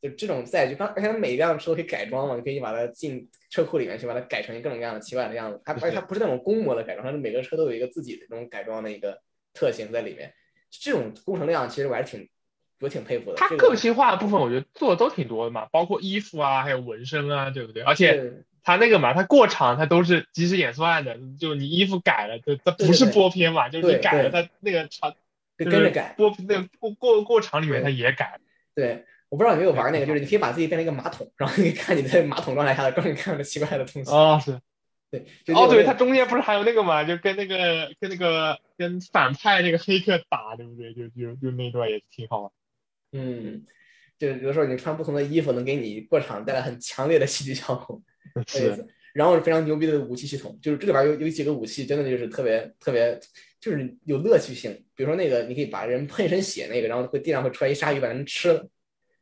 Speaker 3: 就这种载具，它而且它每一辆车都可以改装嘛，你可以把它进车库里面去，把它改成各种各样的奇怪的样子。它而且它不是那种公模的改装，它是每个车都有一个自己的那种改装的一个特性在里面。这种工程量其实我还是挺我挺佩服的。
Speaker 5: 它
Speaker 3: 这个
Speaker 5: 个性化的部分我觉得做的都挺多的嘛，包括衣服啊，还有纹身啊，对不对？而且
Speaker 3: 对
Speaker 5: 它那个嘛，它过场它都是即时演算的，就你衣服改了，它它不是
Speaker 3: 对对对
Speaker 5: 播片嘛，就是
Speaker 3: 对
Speaker 5: 你改了，
Speaker 3: 对
Speaker 5: 它那个场
Speaker 3: 就
Speaker 5: 就
Speaker 3: 跟
Speaker 5: 是
Speaker 3: 着改。
Speaker 5: 播那个过过过场里面
Speaker 3: 对
Speaker 5: 它也改了。
Speaker 3: 对，我不知道你有没有玩那个，就是你可以把自己变成一个马桶，然后你看你在马桶状态下的各种各样的奇怪的东西。
Speaker 5: 哦，是
Speaker 3: 对，就那
Speaker 5: 哦，
Speaker 3: 种
Speaker 5: 对，它中间不是还有那个嘛，就跟那个跟那个跟反派那个黑客打，对不对？就就就那段也挺好玩。
Speaker 3: 嗯，就是有的时候你穿不同的衣服能给你过场带来很强烈的 戏剧效果。
Speaker 5: 是，
Speaker 3: 然后是非常牛逼的武器系统，就是这里边有有几个武器真的就是特别特别，就是有乐趣性。比如说那个你可以把人喷一身血那个，然后会地上会出来一鲨鱼把人吃了。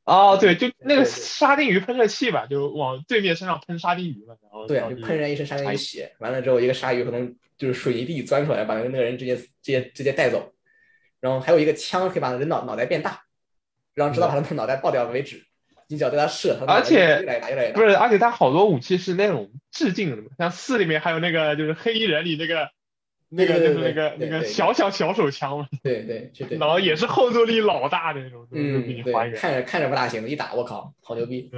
Speaker 5: 哦，对，就那
Speaker 3: 对对
Speaker 5: 个
Speaker 3: 对
Speaker 5: 沙丁鱼喷射器吧，就往对面身上喷沙丁鱼嘛，然后
Speaker 3: 对
Speaker 5: 然
Speaker 3: 啊，
Speaker 5: 后
Speaker 3: 就
Speaker 5: 哦就
Speaker 3: 喷人一身鲨
Speaker 5: 鲨
Speaker 3: 鱼
Speaker 5: 鱼
Speaker 3: 血，完了之后一个鲨鱼可能就是水泥地钻出来，把那个人直接直接直接带走。然后还有一个枪可以把人脑脑袋变大，然后直到把他们脑袋爆掉为止。你只要对他射，他的
Speaker 5: 嗯而
Speaker 3: 脑袋就
Speaker 5: 且
Speaker 3: 越来越大越来越
Speaker 5: 不
Speaker 3: 大。
Speaker 5: 是，而且它好多武器是那种致敬的嘛，像四里面还有那个就是黑衣人里那个那个
Speaker 3: 对对
Speaker 5: 就是
Speaker 3: 对
Speaker 5: 那个
Speaker 3: 对
Speaker 5: 那个
Speaker 3: 对对
Speaker 5: 小小小手枪嘛，
Speaker 3: 对对，绝对。
Speaker 5: 然后也是后坐力老大的那种，就是
Speaker 3: 嗯
Speaker 5: 给你，还
Speaker 3: 对，
Speaker 5: 原，
Speaker 3: 看着看着不大行，一打我靠，好牛逼！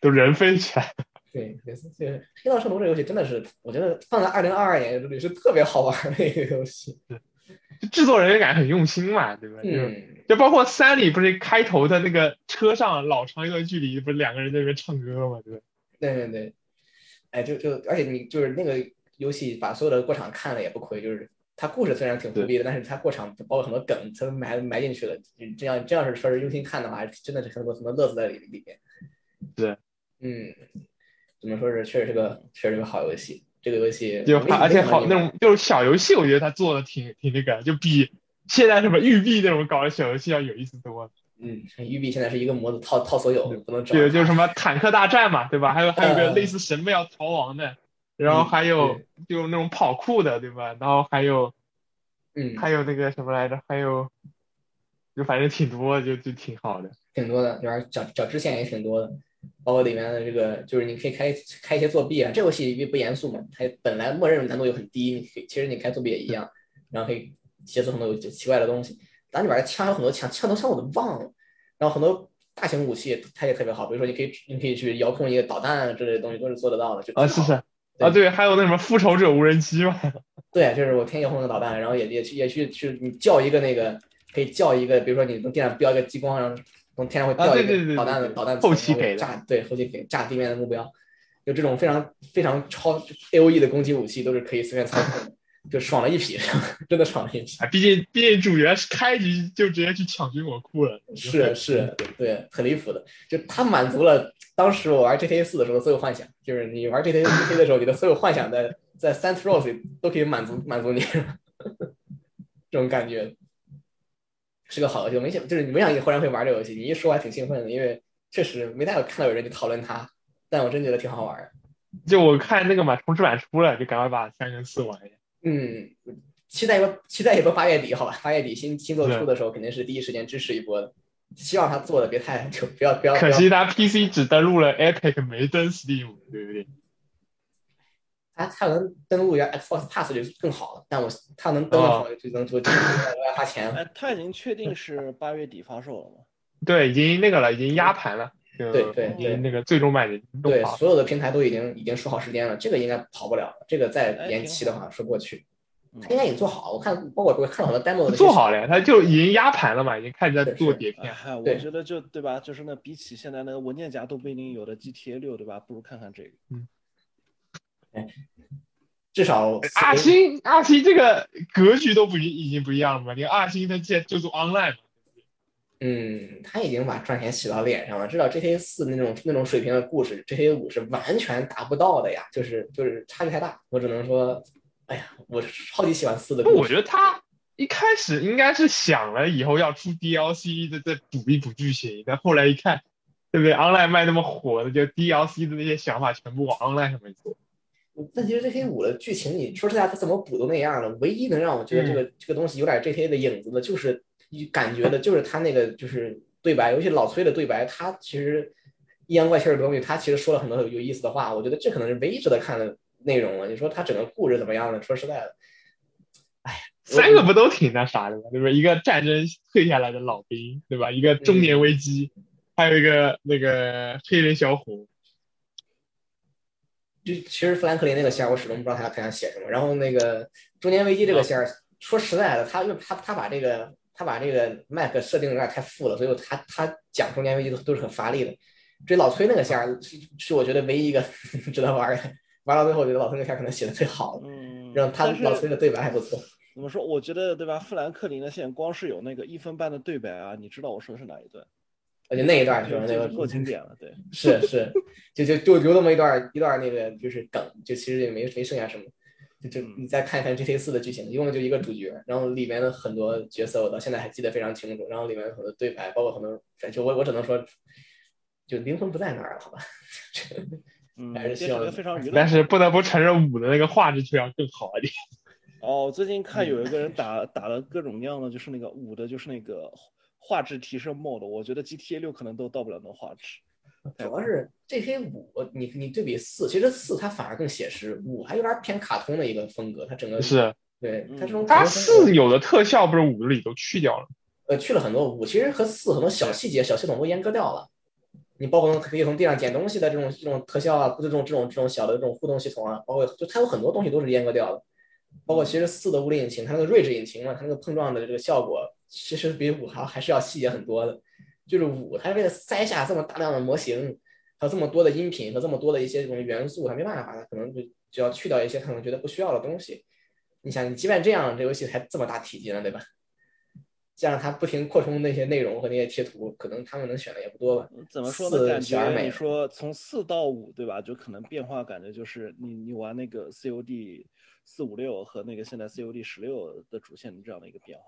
Speaker 5: 就人飞起来。
Speaker 3: 对，这这《黑道圣徒》这个游戏真的是，我觉得放在二零二二年也是特别好玩的一个游戏。
Speaker 5: 就制作人员感觉很用心嘛，对吧？ 就是
Speaker 3: 嗯，
Speaker 5: 就包括三里不是开头的那个车上老长一段距离，不是两个人在那边唱歌嘛，对吧？
Speaker 3: 对对对，哎，就就而且你就是那个游戏把所有的过场看了也不亏，就是它故事虽然挺无逼的，但是它过场包括很多梗，它都埋埋进去了。嗯这样这样是说是用心看的话，真的是很多很多乐子在里里面。
Speaker 5: 是，
Speaker 3: 嗯，怎么说是确实是个确实是个好游戏。这个游戏
Speaker 5: 就
Speaker 3: 我
Speaker 5: 它
Speaker 3: 一直
Speaker 5: 而且
Speaker 3: 没怎么
Speaker 5: 好那
Speaker 3: 玩
Speaker 5: 种就是小游戏，我觉得它做的挺挺那个，就比现在什么育碧那种搞的小游戏要有意思多了。
Speaker 3: 嗯，育碧现在是一个模子套套所有，不能找。
Speaker 5: 对，就是什么坦克大战嘛，对吧？还有还有个
Speaker 3: 嗯
Speaker 5: 类似神庙逃亡的，然后还有就那种跑酷的，对吧？然后还有
Speaker 3: 嗯，
Speaker 5: 还有那个什么来着？还有就反正挺多，就就挺好的。
Speaker 3: 挺多的，里边找找支线也挺多的，包括里面的这个就是你可以开开一些作弊啊，这游戏因为不严肃嘛，它本来默认难度就很低，你可以其实你开作弊也一样，然后可以解锁很多有奇怪的东西。咱里边的枪有很多枪，枪头枪我都忘了，然后很多大型武器它也特别好，比如说你可以你可以去遥控一个导弹啊之类的东西都是做得到的，就
Speaker 5: 啊，是是
Speaker 3: 对
Speaker 5: 啊，对，还有那什么复仇者无人机嘛，
Speaker 3: 对，就是我天遥控的导弹，然后也也去也去去你叫一个那个，可以叫一个，比如说你从地上标一个激光，然后从天上会
Speaker 5: 啊
Speaker 3: 掉一
Speaker 5: 对对
Speaker 3: 个
Speaker 5: 对
Speaker 3: 导弹
Speaker 5: 对对
Speaker 3: 导弹
Speaker 5: 后
Speaker 3: 从
Speaker 5: 期
Speaker 3: 然后
Speaker 5: 给的
Speaker 3: 炸，对后期给炸地面的目标，就这种非常非常超 A O E 的攻击武器都是可以随便操控的，就爽了一匹， 真的爽了一匹。
Speaker 5: 啊，毕竟毕竟主角是开局就直接去抢军火库了，
Speaker 3: 是是，对，很离谱的，就它满足了当时我玩 GTA 四的时候的所有幻想，就是你玩 GTA GTA 的时候，你的所有幻想在在 s a n t r o s 里都可以满足满足你， 这种感觉是个好游戏。我没想，就是你没想你忽然会玩这个游戏，你一说我还挺兴奋的，因为确实没太有看到有人去讨论它，但我真觉得挺好玩儿。
Speaker 5: 就我看那个嘛，重置版出了，就赶快把三跟四玩一下。
Speaker 3: 嗯，期待一波，期待一波八月底，好吧，八月底新新作
Speaker 5: 对
Speaker 3: 出的时候，肯定是第一时间支持一波的。希望他做的别太就不要不要。不
Speaker 5: 可
Speaker 3: 要
Speaker 5: 惜他 PC 只登录了 Epic，没登 Steam，对不对？
Speaker 3: 它它能登录一下 Xbox Pass 就更好了，但我它能
Speaker 5: 哦
Speaker 3: 登录好就能说我要花钱了。
Speaker 4: 哎，他已经确定是八月底发售了吗？
Speaker 5: 对，已经那个了，已经压盘了，就
Speaker 3: 对对
Speaker 5: 已
Speaker 3: 对
Speaker 5: 经那个最终版已经弄
Speaker 3: 对，
Speaker 5: 好了。
Speaker 3: 所有的平台都已经已经说好时间了，这个应该跑不了了。这个
Speaker 5: 哎
Speaker 3: 再延期的话说不过去，
Speaker 4: 嗯
Speaker 3: 它应该已经做好。我看包括我看了很多 demo 的
Speaker 5: 做好了呀，他就已经压盘了嘛，已经开始在做碟片。
Speaker 4: 哎，我
Speaker 3: 对
Speaker 4: 觉得就对吧？就是那比起现在那个文件夹都不一定有的 GTA 六，对吧？不如看看这个。
Speaker 3: 至少
Speaker 5: 二星二星这个格局都不一已经不一样了嘛，你看二星它现在就做 online 嘛，
Speaker 3: 嗯，他已经把赚钱洗到脸上了。知道 GTA 四那种那种水平的故事，GTA 五是完全达不到的呀，就是就是差距太大。我只能说，哎呀，我超级喜欢四的
Speaker 5: 不，
Speaker 3: 故
Speaker 5: 我
Speaker 3: 事。
Speaker 5: 觉得他一开始应该是想了以后要出 DLC 的，再补一补剧情，但后来一看，对不对？online 卖那么火的，就 DLC 的那些想法全部往 online 上面做。
Speaker 3: 但其实 GTA 五的剧情，你说实在，它怎么补都那样了。唯一能让我觉得这个、这个东西有点 GTA 的影子的，就是一感觉的，就是他那个就是对白，尤其老崔的对白，他其实阴阳怪气儿的东西，他其实说了很多有意思的话。我觉得这可能是唯一值得看的内容了。你说他整个故事怎么样呢？说实在的，
Speaker 5: 三个不都挺那啥的吗？对不对？一个战争退下来的老兵，对吧？一个中年危机，还有一个那个黑人小伙，
Speaker 3: 就其实富兰克林那个线儿，我始终不知道他他想写什么。然后那个中年危机这个线
Speaker 4: 嗯
Speaker 3: 儿，说实在的，他他他把这个他把这个麦克设定的有点太富了，所以他他讲中年危机都都是很乏力的。这老崔那个线儿是是我觉得唯一一个 值得玩儿的，玩到最后我觉得老崔那个线儿可能写的最好的，
Speaker 4: 嗯，
Speaker 3: 让他
Speaker 4: 但是
Speaker 3: 老崔的对白还不错。
Speaker 4: 怎么说？我觉得对吧？富兰克林的线光是有那个一分半的对白啊，你知道我说的是哪一段？
Speaker 3: 我觉得那一段是
Speaker 4: 就
Speaker 3: 吧？那
Speaker 4: 就
Speaker 3: 个
Speaker 4: 是够经典了， 对。
Speaker 3: 是是，就就就留那么一段一段那个就是梗，就其实也没没剩下什么。就就
Speaker 4: 嗯
Speaker 3: 你再看一看 GTA 四的剧情，一共就一个主角，然后里面的很多角色我到现在还记得非常清楚，然后里面有很多对白，包括很多，就我我只能说，就灵魂不在那儿了，好吧？
Speaker 4: 嗯，
Speaker 3: 还是
Speaker 4: 变
Speaker 3: 希
Speaker 4: 成
Speaker 3: 望
Speaker 4: 一个非常娱乐
Speaker 5: 但是不得不承认五的那个画质质量更好一点。
Speaker 4: 哦，最近看有一个 人打打了各种各样的，就是那个五的，就是那个画质提升 mod，我觉得 GTA 六可能都到不了那画质。
Speaker 3: 主要是 GTA 五，你你对比四，其实四它反而更写实，五还有点偏卡通的一个风格，它整个
Speaker 5: 是，
Speaker 3: 对它这种
Speaker 4: 嗯
Speaker 3: 卡
Speaker 5: 它
Speaker 3: 通风格
Speaker 5: 四有的特效不是五里都去掉了，
Speaker 3: 呃，去了很多五，其实和四很多小细节、小系统都阉割掉了。你包括可以从地上捡东西的这种这种特效啊，不是这种这种这种小的这种互动系统啊，包括就它有很多东西都是阉割掉的。包括其实四的物理引擎，它那个睿智引擎嘛，它那个碰撞的这个效果，其实比五还还是要细节很多的。就是五，它为了塞下这么大量的模型，还有这么多的音频和这么多的一些这种元素，他没办法，他可能就就要去掉一些他可能觉得不需要的东西。你想，你即便这样，这游戏才这么大体积呢，对吧？加上他不停扩充那些内容和那些贴图，可能他们能选的也不多吧。
Speaker 4: 嗯怎么说呢？
Speaker 3: 四
Speaker 4: 感
Speaker 3: 选而
Speaker 4: 觉
Speaker 3: 美
Speaker 4: 你说从四到五，对吧？就可能变化，感觉就是你你玩那个 COD 四五六和那个现在 COD 十六的主线这样的一个变化。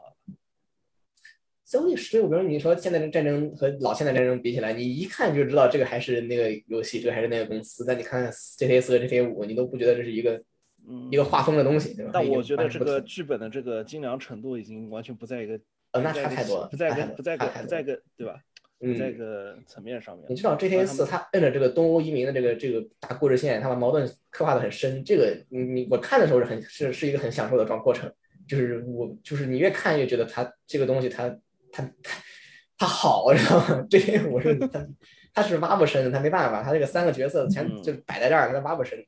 Speaker 3: COD 十六，比如你说现在的战争和老现代战争比起来，你一看就知道这个还是那个游戏，这个还是那个公司。但你看 GTA 四、GTA 五，你都不觉得这是一个
Speaker 4: 嗯
Speaker 3: 一，个画风的东西，对吧？
Speaker 4: 但
Speaker 3: 它已经
Speaker 4: 我觉得
Speaker 3: 完全
Speaker 4: 这
Speaker 3: 不
Speaker 4: 个
Speaker 3: 同
Speaker 4: 剧本的这个精良程度已经完全不在一个，
Speaker 3: 呃，那
Speaker 4: 不在
Speaker 3: 差
Speaker 4: 一个
Speaker 3: 太多了，
Speaker 4: 不在一
Speaker 3: 差
Speaker 4: 个
Speaker 3: 太多
Speaker 4: 不在一个
Speaker 3: 差太
Speaker 4: 不
Speaker 3: 多
Speaker 4: 在一个对吧？不在一
Speaker 3: 嗯，
Speaker 4: 个层面上面
Speaker 3: 你。知道 GTA 四它摁着这个东欧移民的这个这个大故事线，它把矛盾刻画的很深。这个你你我看的时候是很是是一个很享受的状过程，就是我就是你越看越觉得它这个东西它它它它好，知道吗？ 这些我是它它是挖不深的，它没办法，它这个三个角色全
Speaker 4: 嗯
Speaker 3: 就摆在这儿，它挖不深。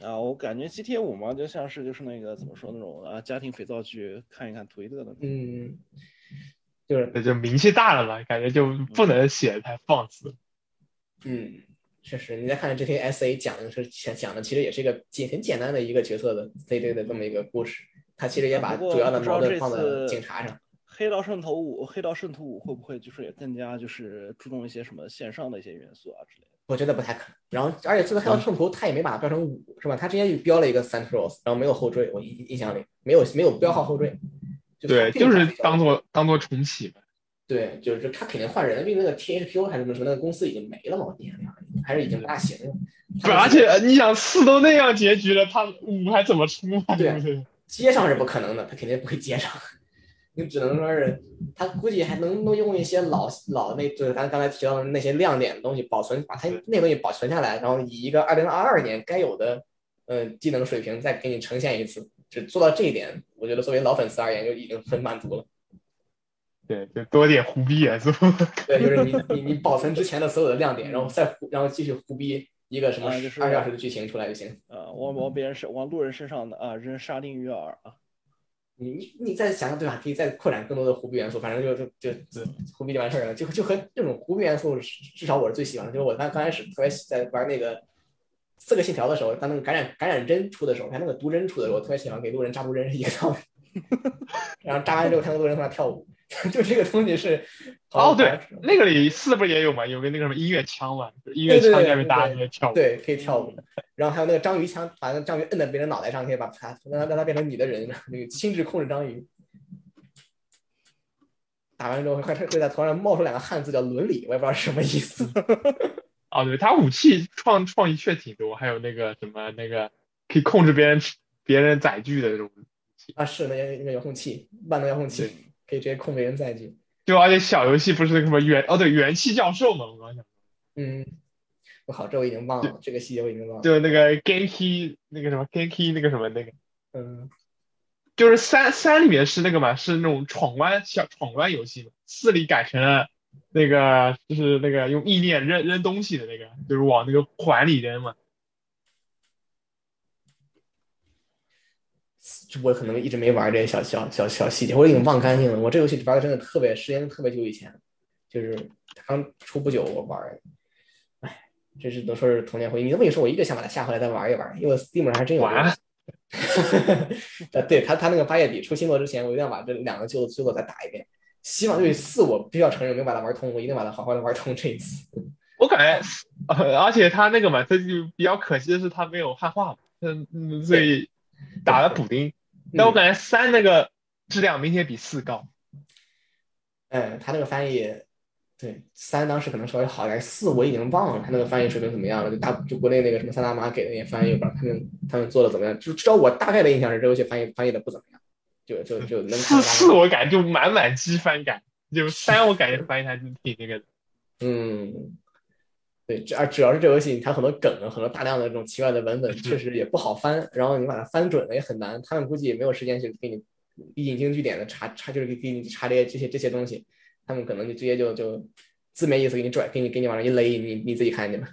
Speaker 4: 啊，我感觉 GTA 五嘛，就像是就是那个怎么说那种啊家庭肥皂剧，看一看图一乐的那种。
Speaker 3: 嗯，就是
Speaker 5: 那就名气大了嘛，感觉就不能写得太放肆。
Speaker 3: 嗯，确实，你再看这些 S A 讲的是讲讲的，其实也是一个简很简单的一个角色的 Z 类的这么一个故事。他其实也把
Speaker 4: 啊不过
Speaker 3: 主要的
Speaker 4: 不知道
Speaker 3: 矛盾
Speaker 4: 这
Speaker 3: 放在
Speaker 4: 次
Speaker 3: 警察上。
Speaker 4: 黑道圣徒五，黑道圣徒五会不会就是也更加就是注重一些什么线上的一些元素啊之类的？
Speaker 3: 我觉得不太可能。然后，而且这个
Speaker 4: 嗯
Speaker 3: 黑道圣徒他也没把它标成五，是吧？他直接就标了一个 Centros，然后没有后缀。我印印象里没有没有标号后缀，就
Speaker 5: 对，
Speaker 3: 他
Speaker 5: 就
Speaker 3: 并不
Speaker 5: 是
Speaker 3: 把它标
Speaker 5: 当做当做重启嘛。
Speaker 3: 对，就是他肯定换人了，因为那个 THQ 还是什么什么那个公司已经没了嘛，我印象里好像还是已经拉行了。
Speaker 5: 不，而且你想四都那样结局了，他五还怎么出啊？
Speaker 3: 对
Speaker 5: 对不对？
Speaker 3: 接上是不可能的，他肯定不会接上。 你只能说是，他估计还能能用一些老老那，就是咱刚才提到的那些亮点的东西保存，把它那东西保存下来，然后以一个二零二二年该有的呃技能水平再给你呈现一次。只做到这一点，我觉得作为老粉丝而言就已经很满足了。
Speaker 5: 对，就多点胡逼元 素。
Speaker 3: 对，就是你你你保存之前的所有的亮点，然后再胡然后继续胡逼一个什么
Speaker 4: 啊就是
Speaker 3: 二小时的剧情出来就行。
Speaker 4: 啊，往往别人身往路人身上的啊扔沙丁鱼饵啊，
Speaker 3: 你你你再想想对吧？可以再扩展更多的胡逼元素，反正就就就就胡逼就完事儿了。就就和这种胡逼元素是，至少我是最喜欢的。就是我刚刚开始特别喜在玩那个《刺客信条》的时候，当那个感染感染针出的时候，还有那个毒针出的时候，我特别喜欢给路人扎毒针是一个道理。 然后扎完之后，看到路人在那跳舞， 就这个东西是
Speaker 5: 哦，对，那个里四不是也有嘛？有个那个什么音乐枪嘛，就音
Speaker 3: 对
Speaker 5: 乐
Speaker 3: 对
Speaker 5: 枪
Speaker 3: 对
Speaker 5: 下面大家
Speaker 3: 对
Speaker 5: 都在跳舞。嗯
Speaker 3: 对，可以跳舞。 然后还有那个章鱼枪，把那个章鱼摁在别人脑袋上，可以把它让它让它变成你的人， 然后那个亲自控制章鱼。打完之后会会会在头上冒出两个汉字叫伦理，我也不知道是什么意思。
Speaker 5: 哦，对，他武器创创意确挺多，还有那个什么那个可以控制别人别人载具的那种，
Speaker 3: 啊，是那个那个遥控器，万能遥控器
Speaker 5: 对，
Speaker 3: 可以直接控别人载具。
Speaker 5: 就而且小游戏不是那个什么元哦对元气教授嘛，我刚想，
Speaker 3: 嗯，我靠，这我已经忘了，这个细节我已经忘了。
Speaker 5: 就那个 Genki 那个什么 Genki 那个什么那个，
Speaker 3: 嗯，
Speaker 5: 就是三三里面是那个嘛，是那种闯关小闯关游戏嘛，四里改成了那个就是那个用意念扔扔东西的那个，就是往那个环里扔嘛。
Speaker 3: 我可能一直没玩这些小小小小细节，我已经忘干净了。我这游戏玩的真的特别，时间特别久以前，就是刚出不久我玩的。哎，这是能说是童年回忆。你这么一说，我一定想把它下回来再玩一玩，因为我 Steam 上还真有这个游戏。呃，对他他那个八月底出新作之前，我一定要把这两个旧的旧作再打一遍。希望对四我必须要承认没有把它玩通，我一定把它好好的玩通这一次。
Speaker 5: 我感觉，呃而且他那个嘛，他就比较可惜的是他没有汉化嘛，嗯嗯，所以打了补丁。但我感觉三那个质量明显比四高。
Speaker 3: 嗯，他那个翻译，对，三当时可能稍微好一点，四我已经忘了他那个翻译水平怎么样了。就大就国内那个什么三大妈给的那些翻译，我不知道他们他们做的怎么样。就至少我大概的印象是，这游戏翻译翻译的不怎么样，就就就能看
Speaker 5: 四
Speaker 3: 到大
Speaker 5: 四
Speaker 3: 概。
Speaker 5: 我感觉就满满机翻感，就三我感觉翻译还是挺那个的。
Speaker 3: 嗯，对，这而主要是这游戏它很多梗啊，很多大量的这种奇怪的文本，确实也不好翻，然后你把它翻准了也很难。他们估计也没有时间去给你引经据典的查查，就是给你查这些这些这些东西，他们可能就直接就就字面意思给你拽，给你给你往上一勒，你你自己看去吧。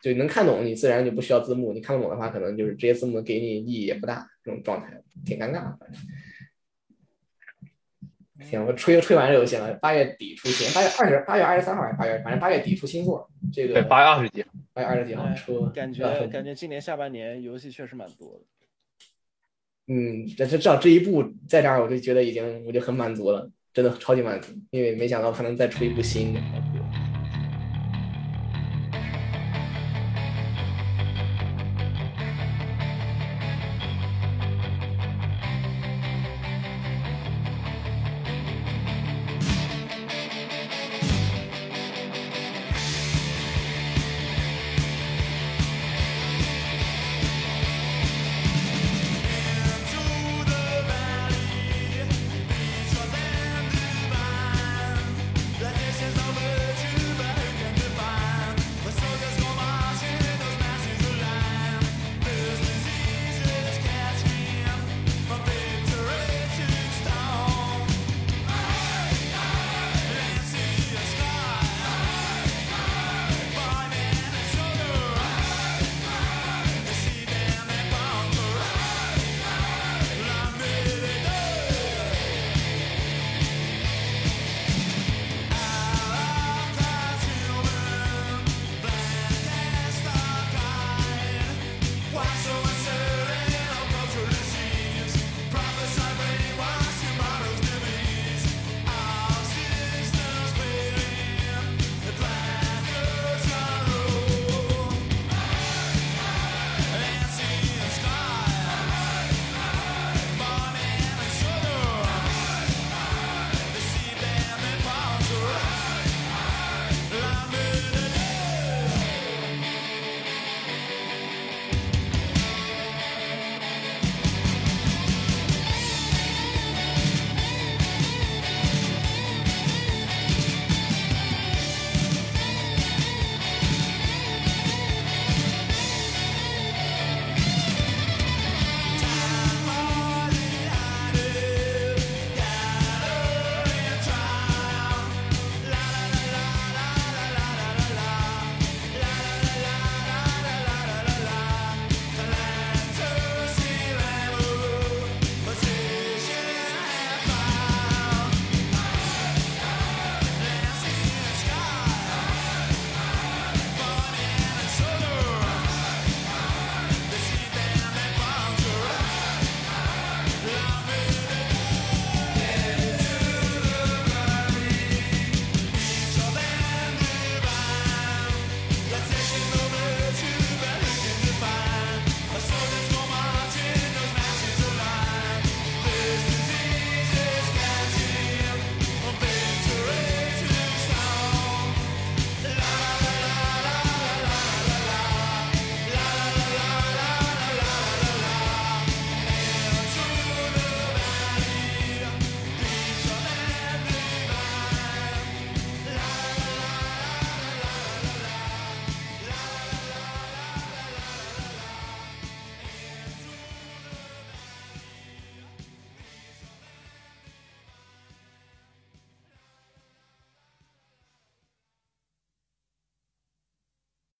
Speaker 3: 就能看懂，你自然就不需要字幕；你看不懂的话，可能就是这些字幕给你意义也不大，这种状态挺尴尬的。行，我吹就吹完这游戏了。八月底出新，八月二十、八月二十三号还是八月，反正八月底出新作。这个
Speaker 5: 对，八月二十几，
Speaker 3: 八月二十几号
Speaker 4: 哎
Speaker 3: 出，啊
Speaker 4: 感觉
Speaker 3: 对吧
Speaker 4: 感觉今年下半年游戏确实蛮多的。
Speaker 3: 嗯，这这至少这一步在这儿，我就觉得已经我就很满足了，真的超级满足，因为没想到他能再出一部新的。